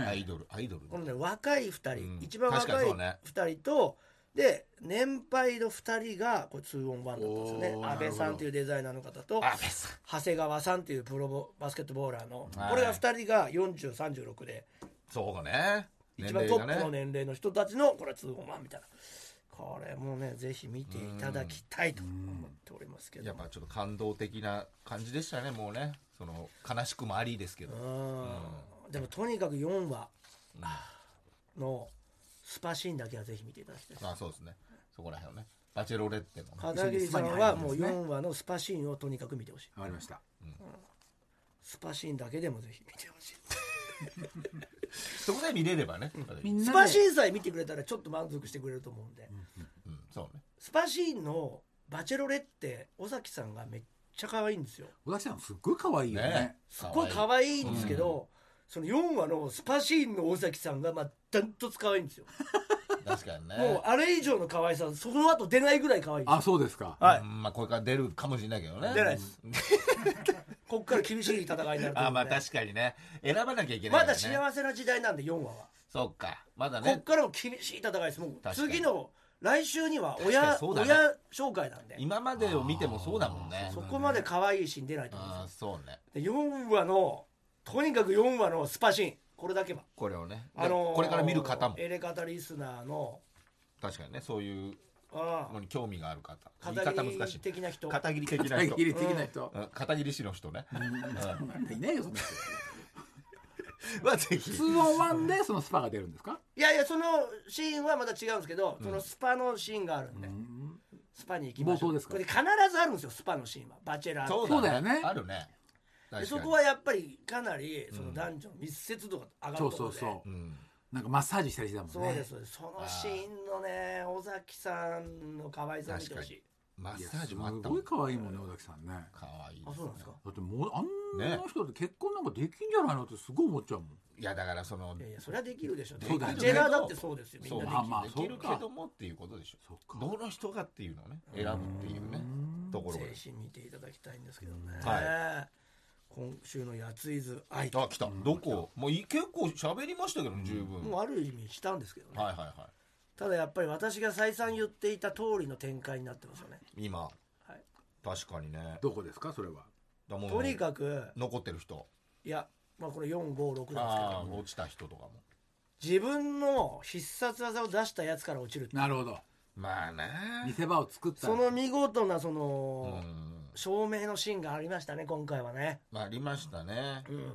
S4: ね
S3: アイ
S4: え
S3: ドル、アイドル。
S2: このね若い2人、
S3: うん
S2: 一番
S3: 確か
S2: 若
S3: に
S2: い
S3: そうね
S2: 2人とで年配の2人がこれ2オン1だったんですよね
S4: おー
S2: 安倍さんというデザイナーの方と
S3: あ、別
S2: 長谷川さんというプロボバスケットボーラーの、
S3: はい
S2: これが2人が4036で
S3: そうかね。
S2: 一番ト
S3: が
S2: ップの年齢の人たちのこれ通報マンみたいなこれもねぜひ見ていただきたいと思っておりますけ
S3: や
S2: ど
S3: っぱちょっと感動的な感じでしたね、もうね。その、悲しくもありですけど
S2: う。んでもとにかく4話のスパシーンだけはぜひ見ていただきたい
S3: あそうですね。そこら辺をね。バチェロレッテのね。
S2: 片桐さんはもう4話のスパシーンをとにかく見てほしい
S4: わかりました
S2: スパシーンだけでもぜひ見てほしい
S3: そこで見れればね。
S4: み
S3: うん
S2: ス
S4: な
S2: パ
S4: で
S2: シーンさえ見てくれたらちょっと満足してくれると思うんで
S3: ん、そうね。
S2: スパシーンのバチェロレって尾崎さんがめっちゃ可愛いんですよ
S4: 小崎さんすっごい可愛いよね
S3: ね
S2: すっごい可愛いんですけど、その4話のスパシーンの尾崎さんがまあダントツ可愛いんですよ、
S3: 確かにね。
S2: もうあれ以上の可愛さその後出ないぐらい可愛いです
S4: あそうですか
S2: はい
S3: うんまあこれから出るかもしれないけどね。
S2: 出ないです。こっから厳しい戦いになると思うんで
S3: あ、まあ確かにね。選ばなきゃい
S2: ま
S3: けないか
S2: だ
S3: らね。
S2: 幸せな時代なんで4話は、
S3: そっか。まだ
S2: こっ
S3: ね。
S2: からも厳しい戦いですもう
S3: 確かに
S2: 次の来週には
S3: 確か
S2: 親
S3: にそうだね
S2: 親紹介なんで
S3: 今までを見てもそうだもんね
S2: そ。こまで可愛いシーン出ないと思うん
S3: あ
S2: で
S3: ーそうね。
S2: すよで4話のとにかく4話のスパシーンこれだけは
S3: これをね、
S2: あのー
S3: これから見る方も
S2: エレカタリスナーの
S3: 確かにねそういう
S2: ああ
S3: のに興味がある方言い
S2: 片
S3: 方
S2: 桐
S3: 難しい
S2: 的な人
S3: 片桐的な
S4: 大
S3: 人
S4: 喜利的な人。
S3: うん片桐氏の人ねうん
S4: なんかいないよ、そんな人。
S3: はぜひ
S4: ツーオンワンでそのスパが出るんですか
S2: いやいやそのシーンはまた違うんですけど、そのスパのシーンがあるんで、スパに行きましょう
S4: 冒頭ですか
S2: これ必ずあるんですよスパのシーンはバチェラーって
S4: そうだよね
S3: あるね
S2: で
S3: 確か
S2: そ
S3: に
S2: こはやっぱりかなりその男女の密接度が上が
S4: そ
S2: る
S4: う
S2: と
S4: そ
S2: ころ
S4: う
S2: で、
S4: そうう。
S3: ん
S4: なんかマッサージしたりしてたもんね。
S2: そうですそうですそのシーンのね尾崎さんの可愛さ見てほしい
S3: マッ
S4: いや
S3: サージもあった
S4: すご
S3: も
S4: い
S3: ん
S4: 可愛いもんね、尾崎さんね。
S3: かわいい
S2: あそうなんですか
S4: だってもう、あん
S3: ね
S4: な人って結婚なんかできんじゃないのってすごい思っちゃうもん。
S3: いやだからその
S2: いやいやそれはできるでしょ
S4: そうだ
S2: バ
S4: よね
S2: チェラーだってそうですよみん
S3: そ
S2: な
S3: う
S2: で
S4: まあまあ
S3: でき
S4: そ
S3: る
S4: う
S3: け
S4: か
S3: どもっていうことでしょ
S4: そっか。
S3: どの人がっていうのをね選ぶっていうねところ
S2: ぜ
S3: で
S2: ひ見ていただきたいんですけどね、
S3: は
S2: 今週の「やついず愛」
S3: あ来たどこもうい結構喋りましたけど十分
S2: もうある意味したんですけどね、
S3: はいはいは
S2: ただやっぱり私が再三言っていた通りの展開になってますよね、
S3: い今
S2: はい
S3: 確かにね
S4: どこですか、それは。
S3: だもう
S2: とにかく
S3: 残ってる人
S2: いやまあこれ456なんですけ
S3: あ
S2: ど
S3: あ落ちた人とかも
S2: 自分の必殺技を出したやつから落ちるって
S4: なるほど。
S3: まあね
S4: 見せ場を作ったら
S2: その見事なそうの、
S3: ん
S2: 証明のシーンがありましたね今回はね、
S3: まあありましたね
S2: うん、
S3: うん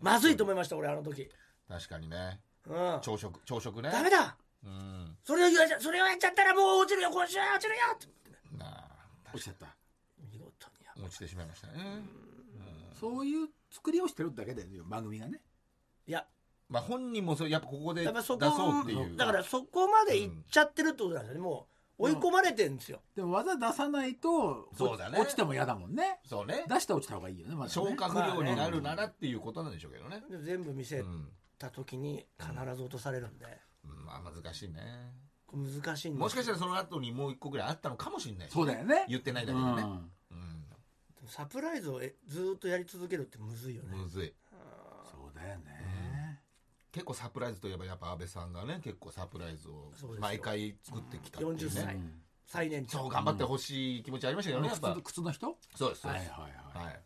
S2: まずいと思いました俺あの時、
S3: 確かにね
S2: うん、ダ
S3: 朝食朝食ね
S2: メだ
S3: うん
S2: それをやっちゃそれをやっちゃったらもう落ちるよ今週は落ちるよって
S3: なあ
S4: 落ちちゃった。
S2: 見事にや
S3: 落ちてしまいましたね
S4: そういう作りをしてるだけだよね、番組がね。
S2: いや
S3: まあ本人もそうやっぱここで
S2: や
S3: 出
S2: っぱ
S3: そ
S2: そうこ
S3: っていう
S2: だからそこまでいっちゃってるってことなんですよね、もう追い込まれてるんですよ、
S4: でも技出さないと、
S3: そうだね
S4: 落ちても嫌だもんね。
S3: そうね
S4: 出して落ちた方がいいよね、まずね。
S3: 消化不良になるならっていうことなんでしょうけどね
S2: で全部見
S3: う
S2: せ
S3: ん
S2: た時に必ず落とされるんで、
S3: うんまあ難しいね
S2: これ難しいんです
S3: もしかしたらその後にもう一個ぐらいあったのかもしれないし
S4: そうだよね。
S3: 言ってないだ
S4: う
S3: けでね
S4: ん。
S3: うん
S2: サプライズをえずーっとやり続けるってむずいよね、
S3: むずい
S4: そうだよね。
S3: 結構サプライズといえばやっぱ安倍さんがね結構サプライズを
S2: そうですよ
S3: 毎回作ってきたっていうね
S2: 40歳、最年
S3: そう
S2: 長
S3: 頑張ってほしい気持ちありましたけ
S4: あ
S3: どね
S4: の
S3: やっぱ
S4: 靴の靴の人
S3: そうですそう
S4: はい
S3: で
S4: はい
S3: す
S4: はい。
S3: はい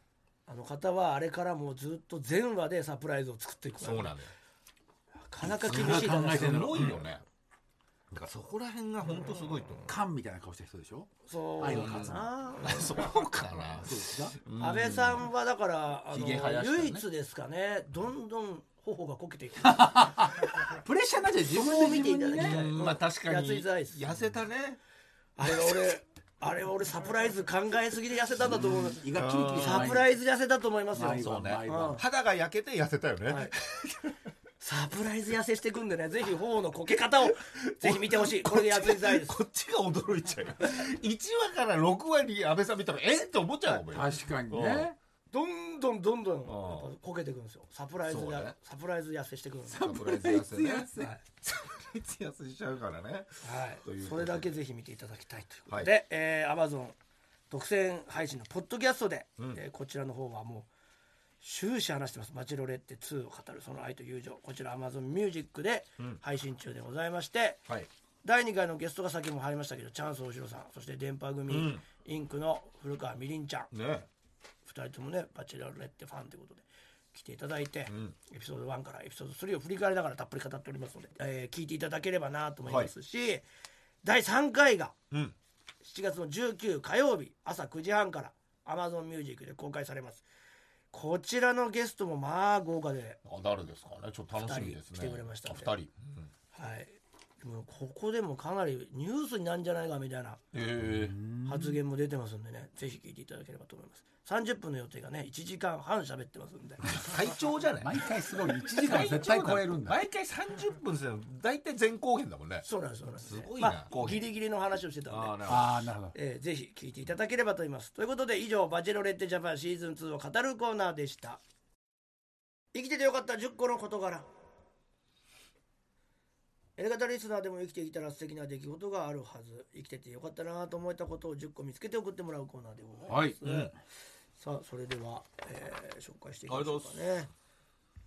S2: あの方はあれからもうずーっと全話でサプライズを作っていくから
S3: そうなんだよ
S2: なかなか厳しい話
S4: 考えて
S3: す
S4: んだろ
S3: ごいよねだからそこら辺が本当すごいと思う
S4: カンみたいな顔した人でしょ
S2: そう
S4: 愛の
S2: か
S4: 勝つ
S2: な
S3: そうかな
S4: そうですか
S3: うん
S2: 安倍さんはだからあ
S3: ひ
S2: の、
S3: げ生やしたね
S2: 唯一ですかねどんどん頬がこ けていく
S4: プレッシャーになっちゃう自分で自分に
S2: そこを見ていただき
S4: ね
S2: たい
S3: うんまあ確かに
S2: やついづらいです
S3: 痩せたね
S2: あれは俺あれは俺サプライズ考えすぎで痩せたんだと思う
S4: 胃がキリキリ
S2: サプラ
S4: イ
S2: イズで痩せたと思いますよ
S4: 毎
S3: そう
S4: 晩
S3: ね
S4: 毎
S2: う
S4: 晩
S2: ん
S3: 肌が焼けて痩せたよね、
S2: はいサプライズ痩せしていくんでねぜひ頬のこけ方 をぜひ見てほしいこれでやついづらいです
S3: こっちが驚いちゃうよ 1話から6話に安倍さん見たらえっって思っちゃうもんよ
S4: 確かにね
S2: どんどんどんどんやっぱこけていくんですよサプライズ
S3: そう
S2: や、
S3: ね
S2: サプライズ痩せしてくるんです
S3: サプライズ痩せね
S4: サプライズ痩せ
S3: はいサプライズ痩せしちゃうからね
S2: はい
S3: ということで
S2: それだけぜひ見ていただきたいということ
S3: は
S2: で、えー、Amazon 独占配信のポッドキャストで、えーこちらの方はもう終始話してます「バチェロレッテ2」を語るその愛と友情こちら Amazon ミュージックで配信中でございまして、
S3: はい
S2: 第2回のゲストが先ほども入りましたけどチャンス大城さんそして電波組、インクの古川みりんちゃん
S3: ね
S2: 2人ともね「バチェロレッテ」ファンということで来ていただいて、エピソード1からエピソード3を振り返りながらたっぷり語っておりますので、えー聞いていただければなと思いますし、第3回が
S3: うん
S2: 7月の19火曜日朝9時半から Amazon ミュージックで公開されますこちらのゲストもまあ豪華で、
S3: あ誰ですかねちょっと楽しみです
S2: 二人
S3: ね
S2: 来てくれましたんで
S3: あ二人、うん
S2: はい、でもここでもかなりニュースになるんじゃないかみたいな
S3: え
S2: 発言も出てますんでね、ぜひ聞いていただければと思います30分の予定がね1時間半喋ってます んで
S3: え最長じゃない
S4: 毎回すごい1時間絶対超えるんだ
S3: 毎回30分ですよ大体前後編だもんね
S2: そうなんですそうなんです、
S3: すごいな
S2: まあ、ギリギリの話をしてたんで
S3: ああなるほ
S4: ああなるほど
S2: えーぜひ聞いていただければと思いますということで以上「バチェロレッテジャパンシーズン2」を語るコーナーでした生きててよかった10個の事柄エレガタリスナーでも生きていたら素敵な出来事があるはず生きててよかったなと思えたことを10個見つけて送ってもらうコーナーでございます、
S4: はい
S3: うん
S2: さあそれでは、えー紹介していき
S3: あ
S2: ま
S3: り
S2: し
S3: が
S2: ょ
S3: と
S2: う
S3: う
S2: か
S3: ござい
S2: ね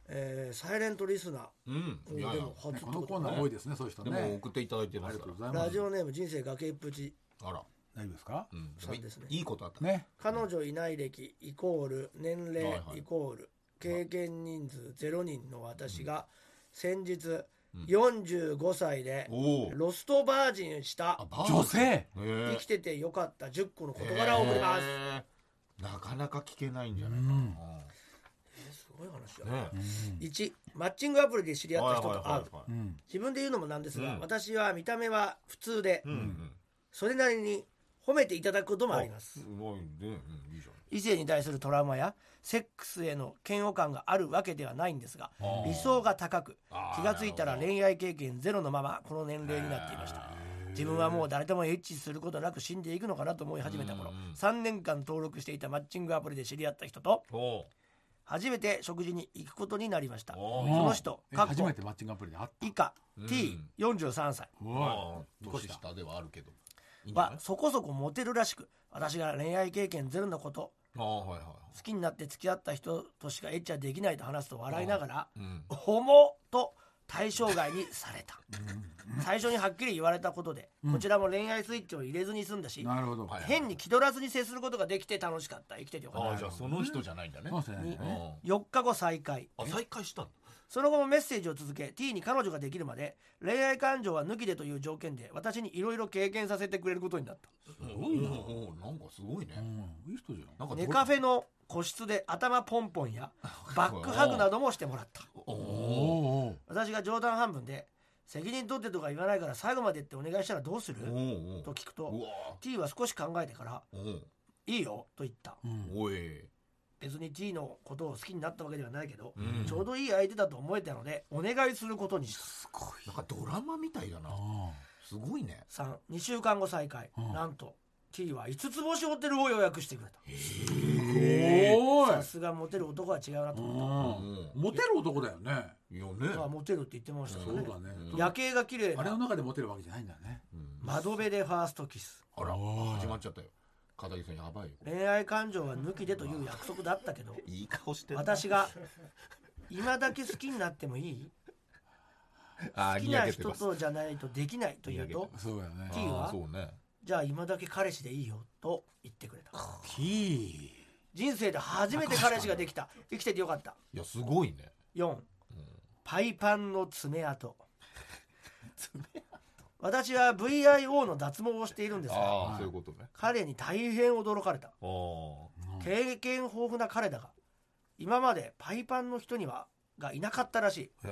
S2: えーサイレントリスナ
S3: どうん
S2: ー
S3: いやい
S2: で
S3: や
S2: も初って
S4: このコ
S2: こ
S4: ー
S2: と
S4: ナ
S2: だ
S4: ー多いですねそういう人
S3: でも
S4: ね
S3: 送っていただいて
S4: あ
S3: ま
S4: り
S3: す
S4: が
S3: か
S4: とう
S3: ら
S4: ございま
S2: ラ
S4: す
S2: ジオネーム人生崖っぷち
S3: あら、
S4: 大丈夫ですか
S3: うん、
S2: さんですね
S3: いいいことあった
S4: ね
S2: 彼女いない歴イコール年
S3: はい
S2: 齢
S3: はい
S2: イコール経験人数0人の私が先日45歳で
S3: おお
S2: ロストバージンした
S4: 女性
S2: 生
S3: 生
S2: きててよかった10個の事柄を送ります、
S3: なかなか聞けないんじゃないかな
S2: すごい話だ、
S3: ね
S2: 1マッチングアプリで知り合った人と会う
S4: う
S3: い
S4: ん
S2: 自分で言うのもなんですが、
S3: うん
S2: 私は見た目は普通で、
S3: うんうん
S2: それなりに褒めていただくこともあります
S3: すごいねうんいいじゃ
S2: 異性に対するトラウマやセックスへの嫌悪感があるわけではないんですが
S3: ん
S2: 理想が高く
S3: あー
S2: 気がついたら恋愛経験ゼロのままこの年齢になっていました自分はもう誰ともエッチすることなく死んでいくのかなと思い始めた頃
S3: うん
S2: 3年間登録していたマッチングアプリで知り合った人と
S3: んおう
S2: 初めて食事に行くことになりました
S3: お
S2: そ
S3: ー
S2: の人
S4: え
S2: かっこ
S4: 初めてマッチングアプリで会った
S2: 以下
S3: うん
S2: T43 歳
S4: おい
S3: 年下ではあるけどいいんじゃな
S2: はいそこそこモテるらしく私が恋愛経験ゼロのこと
S3: ああはいはい
S2: 好きになって付き合った人としかエッチはできないと話すと笑いながら
S3: うん
S2: 「ホモ」と対象外にされた最初にはっきり言われたことでこちらも恋愛スイッチを入れずに済んだし
S4: なるほど
S3: はい
S2: 変に気取らずに接することができて楽しかった生きててよか
S3: あ
S2: っ
S3: あ
S2: た
S3: じゃあその人じゃないんだね
S4: そうです
S3: う
S4: ね
S3: ん
S2: 4日後再会
S3: あ再会したんだ
S2: その後もメッセージを続け T に彼女ができるまで恋愛感情は抜きでという条件で私にいろいろ経験させてくれることになった
S3: すごいななんかすごいね
S4: うんいい人じゃん
S3: なんか
S2: ネカフェの個室で頭ポンポンやバックハグなどもしてもらった
S3: おお
S4: おお
S2: 私が冗談半分で「責任取ってとか言わないから最後までってお願いしたらどうする?
S3: お」お
S2: と聞く
S3: う
S2: と
S3: わ
S2: T は少し考えてから
S3: おう
S2: 「いいよ」と言った
S3: おい
S2: 別に T のことを好きになったわけではないけど、
S3: うん
S2: ちょうどいい相手だと思えたのでお願いすることにし
S4: すごい
S3: なんかドラマみたいだなすごいね
S2: た32週間後再開、
S4: うん
S2: なんと T は5つ星ホテルを予約してくれた
S4: お
S2: さ
S4: ー
S2: すがモテる男は違うなと
S4: い
S2: 思っ
S4: うんモテる男だよね
S3: いやね
S2: た、まあ、モテるって言ってました
S4: そ
S2: よ
S4: う
S2: ね
S4: だね
S3: うん
S2: 夜景が綺麗
S4: あれの
S2: な
S4: 中でモテるわけじゃないんだね
S3: うん
S2: 窓辺でファーストキス
S3: あら
S4: おい
S3: 始まっちゃったよ片桐さんやばいよこれ
S2: 恋愛感情は抜きでという約束だったけど
S3: いい顔してんな
S2: 私が「今だけ好きになってもいい
S3: あ
S2: 好
S3: ー
S2: き
S3: にや
S2: な
S3: けて
S2: 人
S3: ます
S2: とじゃないとできない」と言う
S3: にや
S2: と
S3: け
S4: そうだよね
S2: きは
S3: あーそうね
S2: 「じゃあ今だけ彼氏でいいよ」と言ってくれた
S4: キ
S2: 人生で初めて彼氏ができた生きててよかった
S3: いやすごいね
S2: 4パイパンの爪痕私は VIO の脱毛をしているんですが
S3: あ
S4: は
S3: あ
S4: い
S3: そういうことね
S2: 彼に大変驚かれた
S3: ああ
S2: 経験豊富な彼だが今までパイパンの人にはがいなかったらしい
S4: ーえ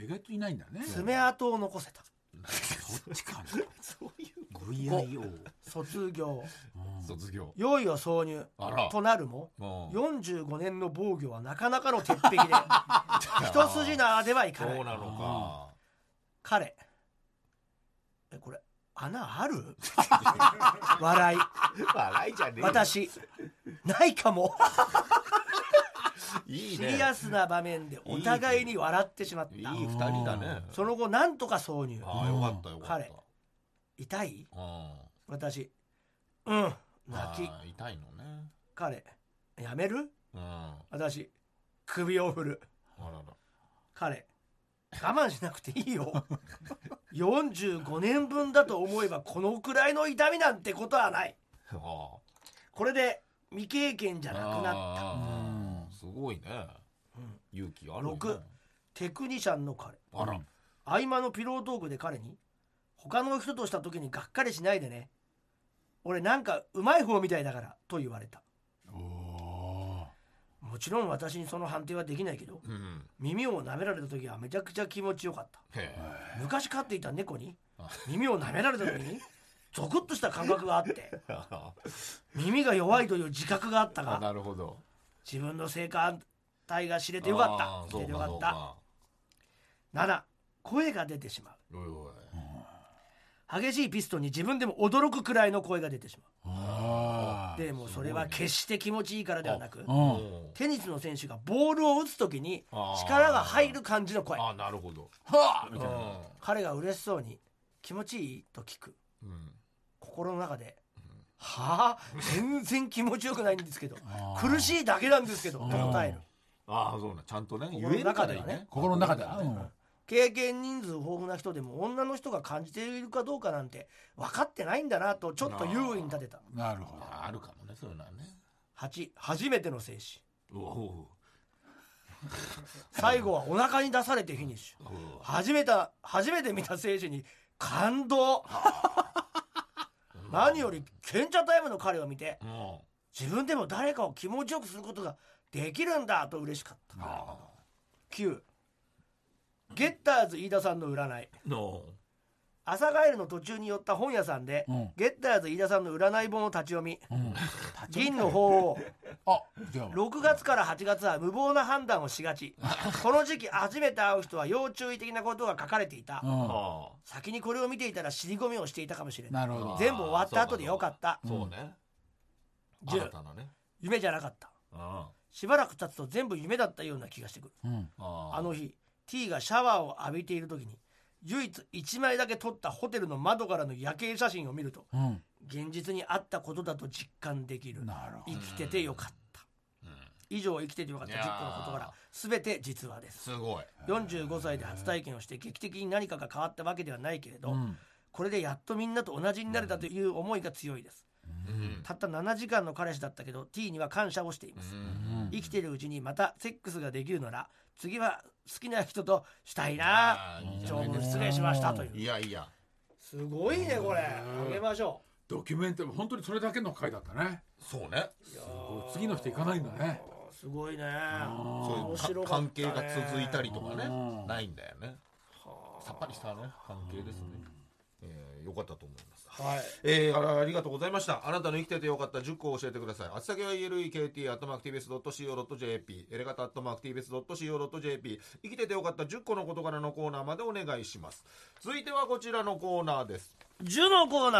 S4: ー意外といないんだね
S2: 爪痕を残せた
S4: そっちかね
S3: そういう
S4: VIO
S2: 卒業
S3: 卒業
S2: 用意を挿入
S3: あら
S2: となるも
S3: うん
S2: 45年の防御はなかなかの鉄壁 で一筋縄ではいかな
S3: そう
S2: い
S3: なのか
S2: 彼えこれ穴ある 笑い
S3: 笑いじゃねえよ
S2: 私ないかも
S3: いい
S2: シ
S3: ね
S2: リアスな場面でお互いに笑ってしまった
S3: いい二人だね
S2: その後なんとか挿入
S3: ああよかったよかった
S2: 彼痛い
S3: うん
S2: 私うん泣き
S3: あー痛いのね
S2: 彼やめる
S3: うんあ
S2: 私首を振る
S3: らら
S2: 彼我慢しなくていいよ45年分だと思えばこのくらいの痛みなんてことはない
S3: あ
S2: これで未経験じゃ
S3: あ
S2: なくなった
S3: なったすごいね
S2: うん
S3: 勇気あるよね
S2: 六テクニシャンの彼
S3: あら
S2: 合間のピロートークで彼に「他の人とした時にがっかりしないでね俺なんかうまい方みたいだから」と言われた
S4: おお
S2: もちろん私にその判定はできないけど
S3: うん
S2: 耳を舐められた時はめちゃくちゃ気持ちよかった
S3: へえ
S2: 昔飼っていた猫に
S3: あ
S2: 耳を舐められた時にゾクッとした感覚があって
S3: あ
S2: 耳が弱いという自覚があった
S3: あ
S2: が
S3: なるほど
S2: 自分の性感帯が知れてよか
S3: あ
S2: った
S3: ー
S2: 知
S3: そ
S2: れ
S3: う
S2: て
S3: か
S2: よか
S3: そ
S2: っ
S3: う
S2: た
S3: か
S2: 7声が出てしま
S3: おいおいう
S2: 激しいピストンに自分でも驚くくらいの声が出てしま
S4: あ
S2: う
S4: ー
S2: でもそれは決して気持ちいいからではなく
S4: うん
S3: うん
S2: テニスの選手がボールを打つ時に
S3: あー
S2: 力が入る感じの声
S3: ああなるほど
S4: はあ
S3: う
S4: みたいなん
S2: 彼が嬉しそうに「気持ちいい?」と聞く
S3: うん
S2: 心の中で「はあ 全然気持ちよくないんですけど
S4: あー
S2: 苦しいだけなんですけど」と答える
S3: ああそうねちゃんとね言
S2: 心の
S3: えるか
S2: 中
S3: ら
S2: で
S3: いい
S2: はね
S3: ね
S4: 心の中でうん
S2: 経験人数豊富な人でも女の人が感じているかどうかなんて分かってないんだなとちょっと優位に立てた
S4: なるほど
S3: ああるかもねそういうのはね
S2: 8初めての精子
S3: うわおう
S2: 最後はお腹に出されてフィニッシュ初めて初めて見た選手に感動何より賢者タイムの彼を見て
S3: うん
S2: 自分でも誰かを気持ちよくすることができるんだと嬉しかった
S4: あ
S2: 9ゲッターズ飯田さんの占い
S3: の
S2: 朝帰りの途中に寄った本屋さんで、
S4: うん
S2: ゲッターズ飯田さんの占い本を立ち読み
S4: ーうん
S2: 銀の方を
S4: あじゃあ
S2: 6月から8月は無謀な判断をしがちこの時期初めて会う人は要注意的なことが書かれていた、
S4: う
S3: あ
S2: 先にこれを見ていたら尻込みをしていたかもしれ
S4: ん、
S2: ない
S4: なるほど
S2: 全部終わった後でよかった
S3: あそうね
S2: 10
S3: 新たなね
S2: 夢じゃなかった
S3: あ
S2: しばらく経つと全部夢だったような気がしてくる
S4: うん、
S3: あ
S2: あの日 T がシャワーを浴びている時に唯一1枚だけ撮ったホテルの窓からの夜景写真を見ると
S4: うん、
S2: 現実にあったことだと実感できる
S4: なるほ
S2: 生きててよかった以上生きててよかった
S3: いやー
S2: 10個の事柄全て実話です
S3: すごい
S2: 45歳で初体験をして劇的に何かが変わったわけではないけれど、
S4: ど、うん、
S2: これでやっとみんなと同じになれたという思いが強いです
S3: うん
S2: たった7時間の彼氏だったけど T には感謝をしています、
S3: うん
S2: 生きてるうちにまたセックスができるなら次は好きな人としたい
S3: あ
S2: な
S3: ーいいじゃ
S2: 長
S3: ない
S2: 文
S3: です
S2: 失
S3: か
S2: 礼しましたとい
S3: いうやいや
S2: すごいねこれあげましょ
S4: ドキュメンタリー本当にそれだけの回だったね
S3: そうね
S4: こう次の人行かないんだね
S2: うあーすごいね
S3: そう
S2: 面
S3: い
S2: 白
S3: うか
S2: かったね
S3: 関係が続いたりとかね
S4: うん
S3: ないんだよねさっぱりしたね関係ですねえーよかったと思います
S2: はい
S3: えー、あありがとうございました。あなたの生きててよかった10個を教えてください。あつ先は ELEKT、アットマーク TBS.CO.JP、エレガタ、アットマーク TBS.CO.JP、生きててよかった10個の事柄のコーナーまでお願いします。続いてはこちらのコーナーです。
S2: ジュのコーナ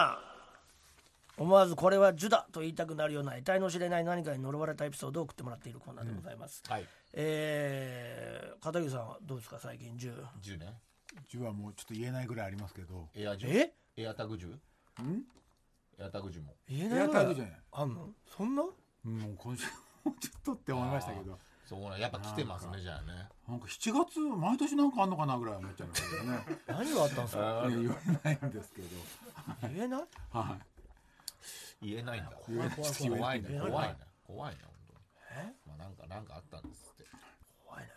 S2: ー思わずこれはジュだと言いたくなるような得体の知れない何かに呪われたエピソードを送ってもらっているコーナーでございます、
S3: はい。
S2: えー、片桐さんはどうですか最近ジュ
S3: 10ね。
S4: 10はもうちょっと言えないぐらいありますけど
S3: エア10。
S2: え
S3: エアタグ 10? んエアタグ10も。
S2: 言え
S4: エ
S2: ない
S4: ア
S2: ぐ
S4: タ
S2: ら
S4: イム
S2: い
S4: じゃない
S2: あんのそんな
S4: うんもう今週もちょっとって思いましたけど
S3: そうね。やっぱ来てますね、じゃあね。
S4: なんか7月毎年なんかあんのかなぐらい思っちゃいましたけどね
S2: 何があったんですか
S4: いや言わないんですけど
S2: 言えない
S4: は
S3: 言えないんだ。
S4: い言えない
S2: 怖い
S4: 言えな
S3: 怖
S4: い
S3: いね。怖いね。怖いね、本当に。
S2: え
S3: まあなんか、なんかあったんですって。
S2: 怖いね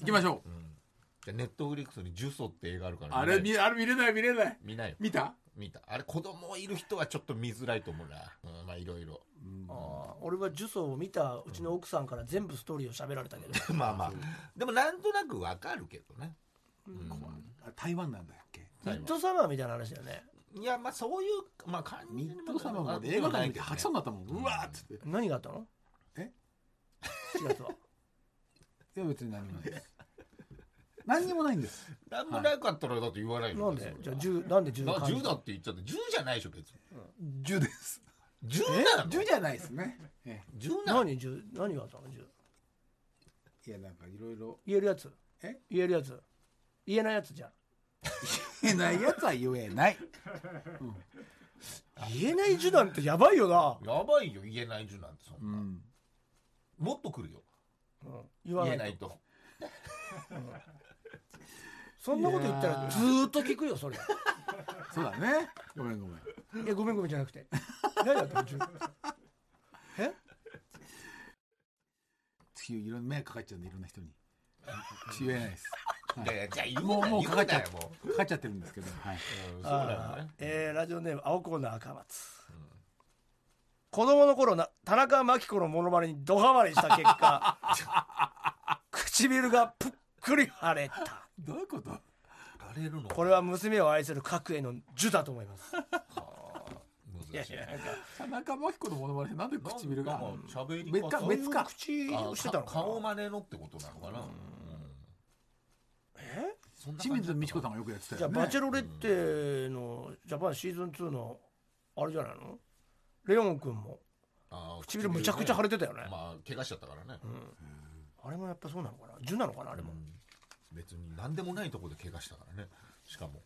S4: 行きまし
S2: ょ
S4: ょう
S3: じゃネットフリックスにジュソって映画あるから
S4: あれ見あれ見れない見れない
S3: 見ないよ
S4: 見た
S3: 見たあれ子供いる人はちょっと見づらいと思うな、うん、まあいろい ろ
S2: うあー俺は呪詛を見たうちの奥さんから全部ストーリーを喋られ たけど
S3: まあまあでもなんとなくわかるけどね、うん
S4: あ台湾なんだっけ
S2: ミッドサマーみたいな話だよね
S3: いやまあそういうまあ感じ
S4: ミッド様まで
S3: 映
S4: 映
S3: 画
S4: 画
S3: な
S4: 館
S3: い
S4: 見
S3: け
S4: て
S3: ど、
S4: 吐き
S3: ね
S4: そうになったもんうわーっつってい
S2: 何があったの
S4: え
S2: ?7 月は
S4: や別に何もないです何にもないんです
S3: なんもなかったらだって言わないよ
S2: なんでじゃあ10なんで10
S3: な
S2: 感じ
S3: 10だって言っちゃって10じゃないでしょ別に
S4: 10です
S3: 10なの
S4: 10じゃないですねえ
S3: 10なの
S2: 何十何があったの十
S4: えいやなんかいろいろ
S2: 言えるやつ
S4: え
S2: 言えるやつ言えないやつじゃん
S4: 言えないやつは言えない
S2: 言えない十なんてやばいよな、
S3: やばいよ言えない10なんてそん
S4: う
S3: な、
S4: ん
S3: もっと来るよ
S2: うん、言わ
S3: 言
S2: な
S3: え
S2: い
S3: ないと
S2: そんなこと言ったらずーっと聞くよそれい
S4: そうだねごめんごめん
S2: やごめんごめんじゃなく て何だったの十え
S4: 月いろんな迷惑かかっちゃうんでいろんな人に言えないです
S3: いやいやじゃあ言う
S4: もうもう
S3: 言
S4: かかっ
S3: な
S4: ちゃっ
S3: よも
S4: かかっちゃってるんですけどはい
S3: うんそうだよね
S2: えーラジオネーム青コーナー赤松、子供の頃な田中真紀子のモノマネにドハマりした結 果唇がぷっくり腫れた
S4: どういうこと
S3: られるの
S2: これは娘を愛する角への呪だと思います
S3: 難しいね
S4: 田中真紀子のモノマネなんで唇が
S3: なんか喋り
S4: 別
S3: 方
S4: か別か
S2: 口
S3: あ
S2: をしてたの
S3: か
S2: かな
S3: 顔真似のってことなのかなえ
S4: 清水美智子さんがよくやってた
S2: じゃ
S4: よ
S2: あ、
S4: ね
S2: バチェロレッテのジャパンシーズン2のあれじゃないのレオン君も唇むちゃくちゃ腫れてたよね
S3: まあ怪我しちゃったからね
S2: あれもやっぱそうなのかな呪なのかなあれも
S3: 別に何でもないところで怪我したからねしかも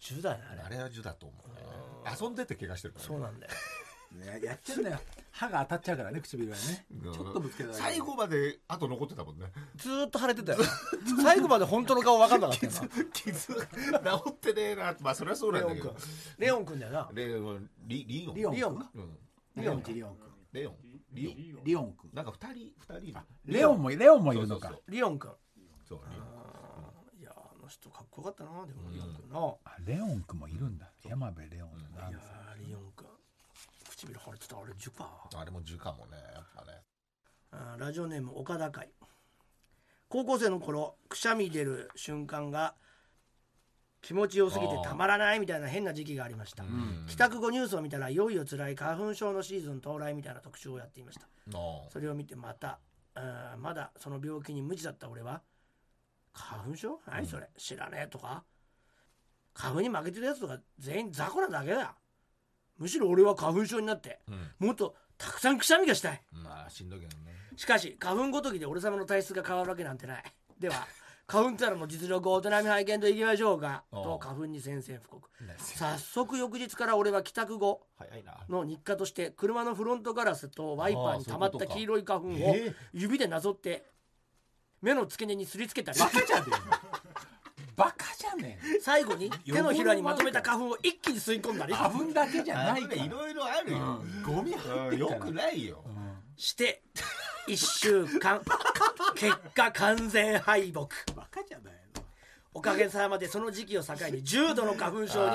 S2: 呪だよねあれ
S3: あれは樹だと思うね遊んでて怪我してるから
S2: そうなんだよ
S4: ねやっちゃうんだよ歯が当たっちゃうからね唇がね
S3: うん
S4: ちょっとぶつけただけで
S3: 最後まであと残ってたもんね
S2: ずーっと腫れてたよね最後まで本当の顔分かんなか ったよな
S3: 傷が治ってねえなまあそりゃそうな
S2: レ
S3: ん
S2: オ
S3: だ
S2: ン
S3: け
S2: 君
S3: ど
S2: レオン君だよな
S3: レオンリリオン
S4: リオン
S2: リオンか
S3: うん
S4: リオンリオン君
S3: レオンリオン
S5: リオン
S4: リオン君
S3: なんか二人二人いる
S4: あレオンもレオンもいるのか
S3: そう
S2: リオン君
S3: そうそうそうリオン
S2: うんいやあの人かっこよかったなでもリオン君の、
S4: あレオン君もいるんだ山辺レオンだ
S2: いや
S4: な
S2: あリオン君唇腫れてたあれ10パー
S3: あれも10かもねやっぱね
S2: あーラジオネーム岡田会高校生の頃くしゃみ出る瞬間が気持ちよすぎてたまらないみたいな変な時期がありました、帰宅後ニュースを見たらいよいよ辛い花粉症のシーズン到来みたいな特集をやっていました
S3: の
S2: それを見てまたあーまだその病気に無知だった俺は花粉症何それ、知らねえとか花粉に負けてるやつとか全員雑魚なだけだむしろ俺は花粉症になって
S3: うん
S2: もっとたくさんくしゃみがしたい
S3: まあしんどいけどね
S2: しかし花粉ごときで俺様の体質が変わるわけなんてないで は花粉たらの実力をお手並み拝見といきましょうか
S3: おう
S2: と花粉に宣戦布告
S3: ね
S2: 早速翌日から俺は帰宅後
S3: 早いな
S2: の日課として車のフロントガラスとワイパーに溜まっ
S3: ああそう
S2: た
S3: いうことか
S2: 黄色い花粉を
S3: ええ
S2: 指でなぞって目の付け根にすりつけたり
S4: バカじゃねえのバカじゃねえ
S2: 最 後に手のひらにまとめた花粉を一気に吸い込んだり
S4: の花粉だけじゃ
S3: あ
S4: ない
S3: れ
S4: か
S3: ね
S4: ら
S3: いろいろあるよ
S4: ゴミ入って
S3: よ
S4: っから
S3: くないよ
S2: して1週 間結果完全敗北
S4: バカじゃないの
S2: おかげさまでその時期を境に重度の花粉症になりました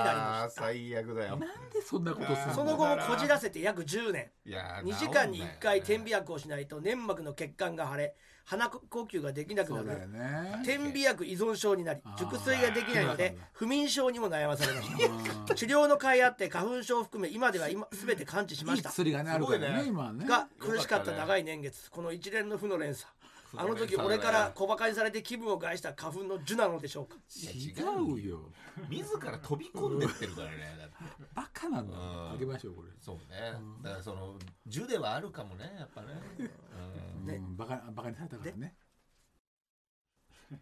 S3: あー最悪だよ
S4: なんでそんなことするの
S2: その後もこじらせて約10年
S3: いやー
S2: 2時間に1回
S3: 治
S2: 点
S3: んない
S2: 鼻薬をしないと粘膜の血管が腫れ鼻呼吸ができなく
S4: そ
S2: な
S4: うだよ
S2: る
S4: ね
S2: 点鼻薬依存症になり熟睡ができないので不眠症にも悩まされました治療の甲斐あって花粉症を含め今では今全て完治しま
S4: いい
S2: した
S4: 薬がねあるから
S3: す
S4: ね
S3: ごいね
S4: 今はね
S2: が苦しかった長い年月この一連の負の連鎖あの時
S3: 負の連鎖だね
S2: 俺から小馬鹿にされて気分を害した花粉の受なのでしょうか
S4: 違うよ
S3: 自ら飛び込んでってるからねだって
S4: バカなんだよ
S3: うん
S4: あげましょうこれ
S3: そうねだからその10ではあるかもねやっぱねうん
S2: ね
S4: うんバカバカにされたからね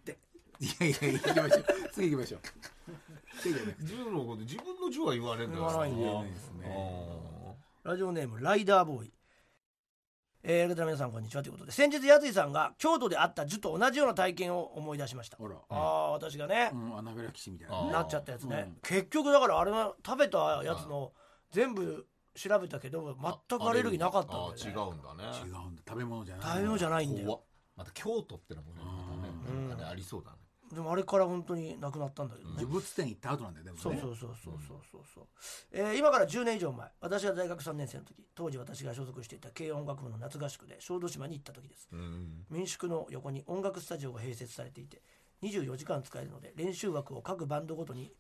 S2: で
S4: いやいやいや行きましょう次行きましょう次行きましょう
S3: 10のこと自分の10は言われるんだよ
S2: 言わないんだ
S4: 言
S2: よ
S4: えないです
S3: うん
S4: ね
S2: ラジオネームライダーボーイ。えー、改め皆さんこんにちはということで先日やついさんが京都であった樹と同じような体験を思い出しました、
S4: あら
S2: ああ私がね
S4: う、んアナフィラキシーみたい
S3: あ
S4: な
S2: なっちゃったやつね、結局だからあれは食べたやつの全部調べたけど全くアレルギーなかったん
S3: あ
S2: だ
S3: ー違
S2: よね
S3: うんだね
S4: 違うんだ食べ物じゃない
S2: 食べ物じゃないんだ
S3: 怖
S2: よ
S3: っまた京都ってのもねまたねなんかねありそうだね
S2: でもあれから本当になくなったんだけどね、
S4: 呪物店行った後なんだよでもね
S2: そうそうそうそうそうそうそう、えー今から10年以上前私が大学3年生の時当時私が所属していた軽音楽部の夏合宿で小豆島に行った時です
S3: うん
S2: 民宿の横に音楽スタジオが併設されていて24時間使えるので練習枠を各バンドごとに、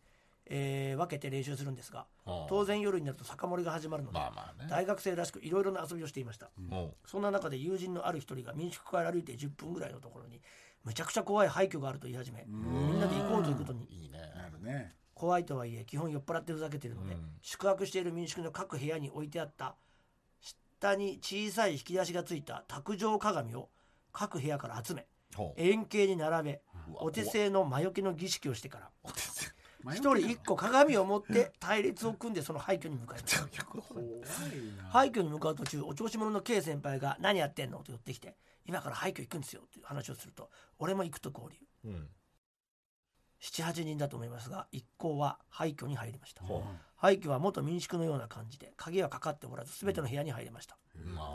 S2: えー分けて練習するんですが
S3: ああ
S2: 当然夜になると酒盛りが始まるので、
S3: まあまあね
S2: 大学生らしくいろいろな遊びをしていました、
S3: も
S2: そんな中で友人のある一人が民宿から歩いて10分ぐらいのところにむちゃくちゃ怖い廃墟があると言い始めみんなで行こうということ
S3: う
S2: に
S3: いいね
S4: なるね
S2: 怖いとはいえ基本酔っ払ってふざけてるので、
S3: うん
S2: 宿泊している民宿の各部屋に置いてあった下に小さい引き出しがついた卓上鏡を各部屋から集め
S3: ほ う
S2: 円形に並べ
S3: うわ
S2: お手製の魔除けの儀式をしてから
S3: お手製
S2: 一
S4: 一
S2: 人一個鏡を持って隊列を組んでその廃墟に向かいました廃墟に向かう途中お調子者の K 先輩が「何やってんの?」と寄ってきて「今から廃墟行くんですよ」という話をすると俺も行くと合流
S3: うん
S2: 78人だと思いますが一行は廃墟に入りました
S3: ほ
S2: 廃墟は元民宿のような感じで鍵はかかっておらず全ての部屋に入れました
S3: うまあ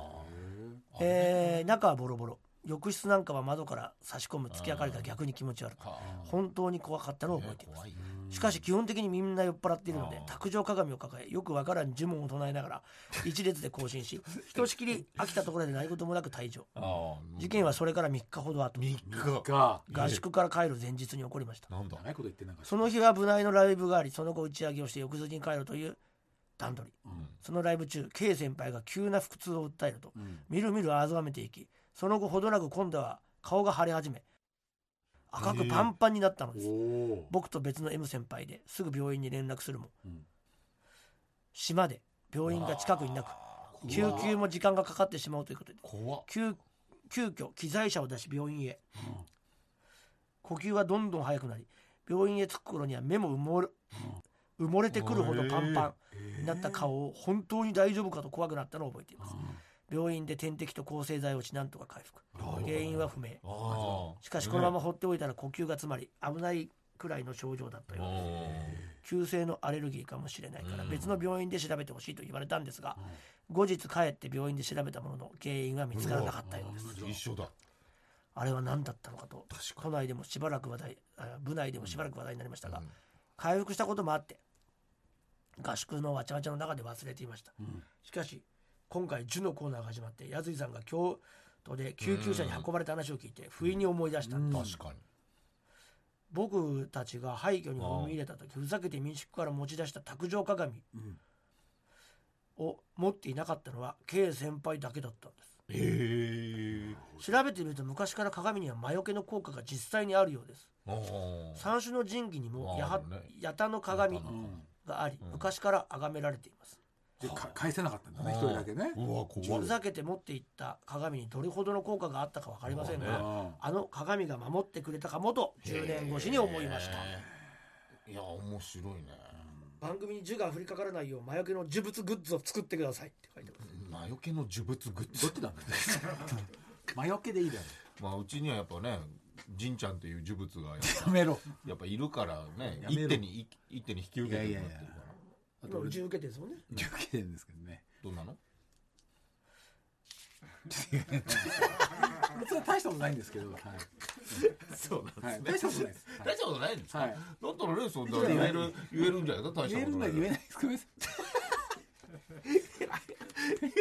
S3: あれ
S2: えー中はボロボロ浴室なんかは窓から差し込む月明かりが逆に気持ち悪く
S3: は
S2: 本当に 怖かった
S3: あ
S2: のを覚え
S3: ね
S2: ています
S3: 怖いよ
S2: しかし基本的にみんな酔っ払っているので
S3: あー
S2: 卓上鏡を抱えよくわからん呪文を唱えながら一列で行進 しひとしきり飽きたところで何事もなく退場
S3: あ
S2: 事件はそれから3日ほど後
S3: 3日
S4: か
S2: 合宿から帰る前日に起こりました
S3: なんだ
S4: 長いこと言ってなんか
S2: その日は部内のライブがありその後打ち上げをして翌日に帰るという段取りそのライブ中 K 先輩が急な腹痛を訴えるとみるみるあざめていきその後ほどなく今度は顔が腫れ始め赤くパンパンになったのです
S4: おお
S2: 僕と別の M 先輩ですぐ病院に連絡するも、
S4: うん
S2: 島で病院が近くになく救急も時間がかかってしまうということで
S3: 怖っ
S2: 急急遽機材車を出し病院へ、呼吸はどんどん速くなり病院へ着く頃には目も埋もれ,、埋もれてくるほどパンパンになった顔を本当に大丈夫かと怖くなったのを覚えています、病院で点滴と抗生剤を打ちなんとか回復原因は不明
S3: ああ
S2: しかしこのまま放っておいたら呼吸が詰まり危ないくらいの症状だったようです
S3: うん
S2: 急性のアレルギーかもしれないから別の病院で調べてほしいと言われたんですが、後日帰って病院で調べたものの原因は見つからなかったようです
S3: 一緒だ
S2: あれは何だったのかと
S3: 確か
S2: 都内でもしばらく話題あ部内でもしばらく話題になりましたが、
S3: うん
S2: 回復したこともあって合宿のわちゃわちゃの中で忘れていました、しかし今回ジュのコーナーが始まって安井さんが京都で救急車に運ばれた話を聞いて不意に思い出した、
S3: 確かに
S2: 僕たちが廃墟に踏み入れた時ふざけて民宿から持ち出した卓上鏡を持っていなかったのは K 先輩だけだったんです
S3: へえ
S2: 調べてみると昔から鏡には魔除けの効果が実際にあるようです三種の神器にも
S3: あ
S2: や
S3: ー
S2: は
S3: あるね
S2: 八幡の鏡
S3: うん
S2: があり昔から崇められています
S4: でか返せなかったんだね一人だけね
S3: うわ怖
S2: ふ
S3: い
S2: ざけて持っていった鏡にどれほどの効果があったか分かりません
S3: う
S2: が
S4: うん
S2: あの鏡が守ってくれたかもと10年越しに思いました
S3: いや面白いね
S2: 番組に呪が降りかからないよう魔除けの呪物グッズを作ってくださいって書いてます
S3: 魔除けの呪物グッ
S4: ど
S3: ズ
S4: っちだろうね魔除けでいいだろ
S3: まあうちにはやっぱねじんちゃんという呪物がやっぱ
S4: やめろ
S3: やっぱいるからね
S4: やめろ
S3: 一手に一手に引き受けてるようになってるから
S4: あ
S2: 今
S4: と
S2: 受
S4: 俺
S2: けてるんですもんね
S4: 受けてるんですけどね
S3: どうなの
S4: 別に大したことないんですけどはい
S3: そうなん
S4: はい大したことないですはい
S3: 大したことないんですか、
S4: はい
S3: だったらねそんな言える言えるんじゃないか大した
S4: 言え
S3: こと
S4: るん
S3: な
S4: だ
S3: い
S4: 言えないですごめんなさい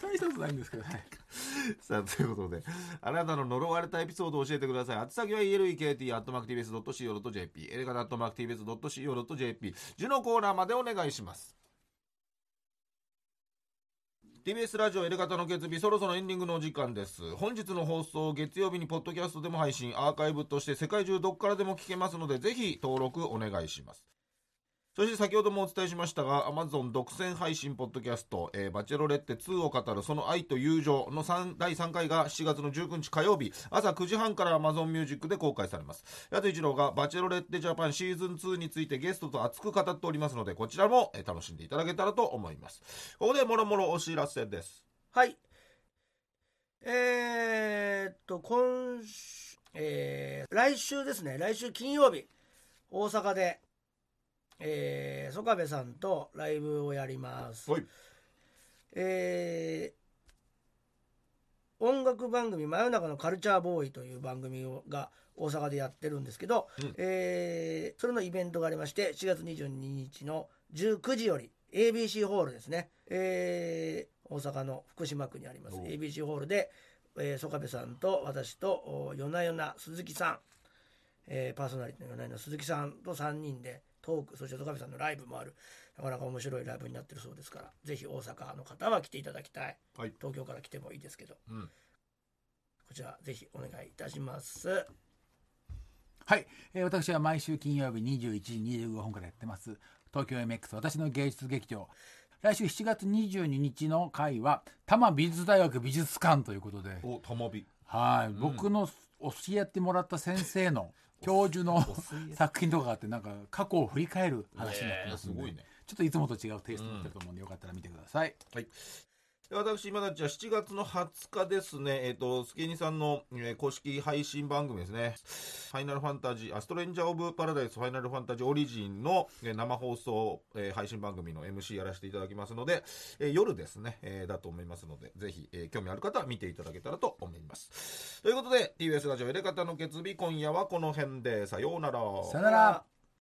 S4: 大したことないんですけどはい
S3: さあ、ということで、あなたの呪われたエピソードを教えてください。あつ先は elekt.mactvs.co.jp、エレガ .mactvs.co.jp、ジュのコーナーまでお願いします。TBS ラジオエレガタの決日そろそろエンディングのお時間です本日の放送月曜日にポッドキャストでも配信アーカイブとして世界中どっからでも聞けますのでぜひ登録お願いしますそして先ほどもお伝えしましたが、Amazon 独占配信ポッドキャスト、えーバチェロレッテ2を語るその愛と友情の3第3回が7月の19日火曜日、朝9時半から Amazon ミュージックで公開されます。矢田一郎がバチェロレッテジャパンシーズン2についてゲストと熱く語っておりますので、こちらも、えー楽しんでいただけたらと思います。ここでもろもろお知らせです。
S2: はい。えーっと、今週、えー来週ですね、来週金曜日、大阪で、えー、曽我部さんとライブをやります。
S3: はい。
S2: えー音楽番組「真夜中のカルチャーボーイ」という番組をが大阪でやってるんですけど、
S3: うん
S2: えーそれのイベントがありまして4月22日の19時より ABC ホールですね、えー大阪の福島区にあります
S3: おう
S2: ABC ホールで、えー、曽我部さんと私とお夜な夜な鈴木さん、えーパーソナリティの夜な夜な鈴木さんと3人でトークそして曽我部さんのライブもあるなかなか面白いライブになってるそうですからぜひ大阪の方は来ていただきたい
S3: はい。
S2: 東京から来てもいいですけど
S3: うん。
S2: こちらぜひお願いいたします
S4: はい、えー私は毎週金曜日21時25分からやってます東京 MX 私の芸術劇場来週7月22日の回は多摩美術大学美術館ということで
S3: お、たまび。
S4: はい、僕の教えてもらった先 生の教授の作品とかがあってなんか過去を振り返る話になってますん
S3: ねえす
S4: で、
S3: ごいね
S4: ちょっといつもと違うテイストになってると思うんで、よかったら見てください
S3: はい。で私、今たちは7月の20日ですね、えっ、と、スケニさんの、えー公式配信番組ですね、ファイナルファンタジー、アストレンジャー・オブ・パラダイス、ファイナルファンタジー・オリジンの、えー生放送、えー配信番組の MC やらせていただきますので、えー夜ですね、えーだと思いますので、ぜひ、えー興味ある方は見ていただけたらと思います。ということで、TBS ラジオエレカタの決日、今夜はこの辺で、さようなら。
S4: さよなら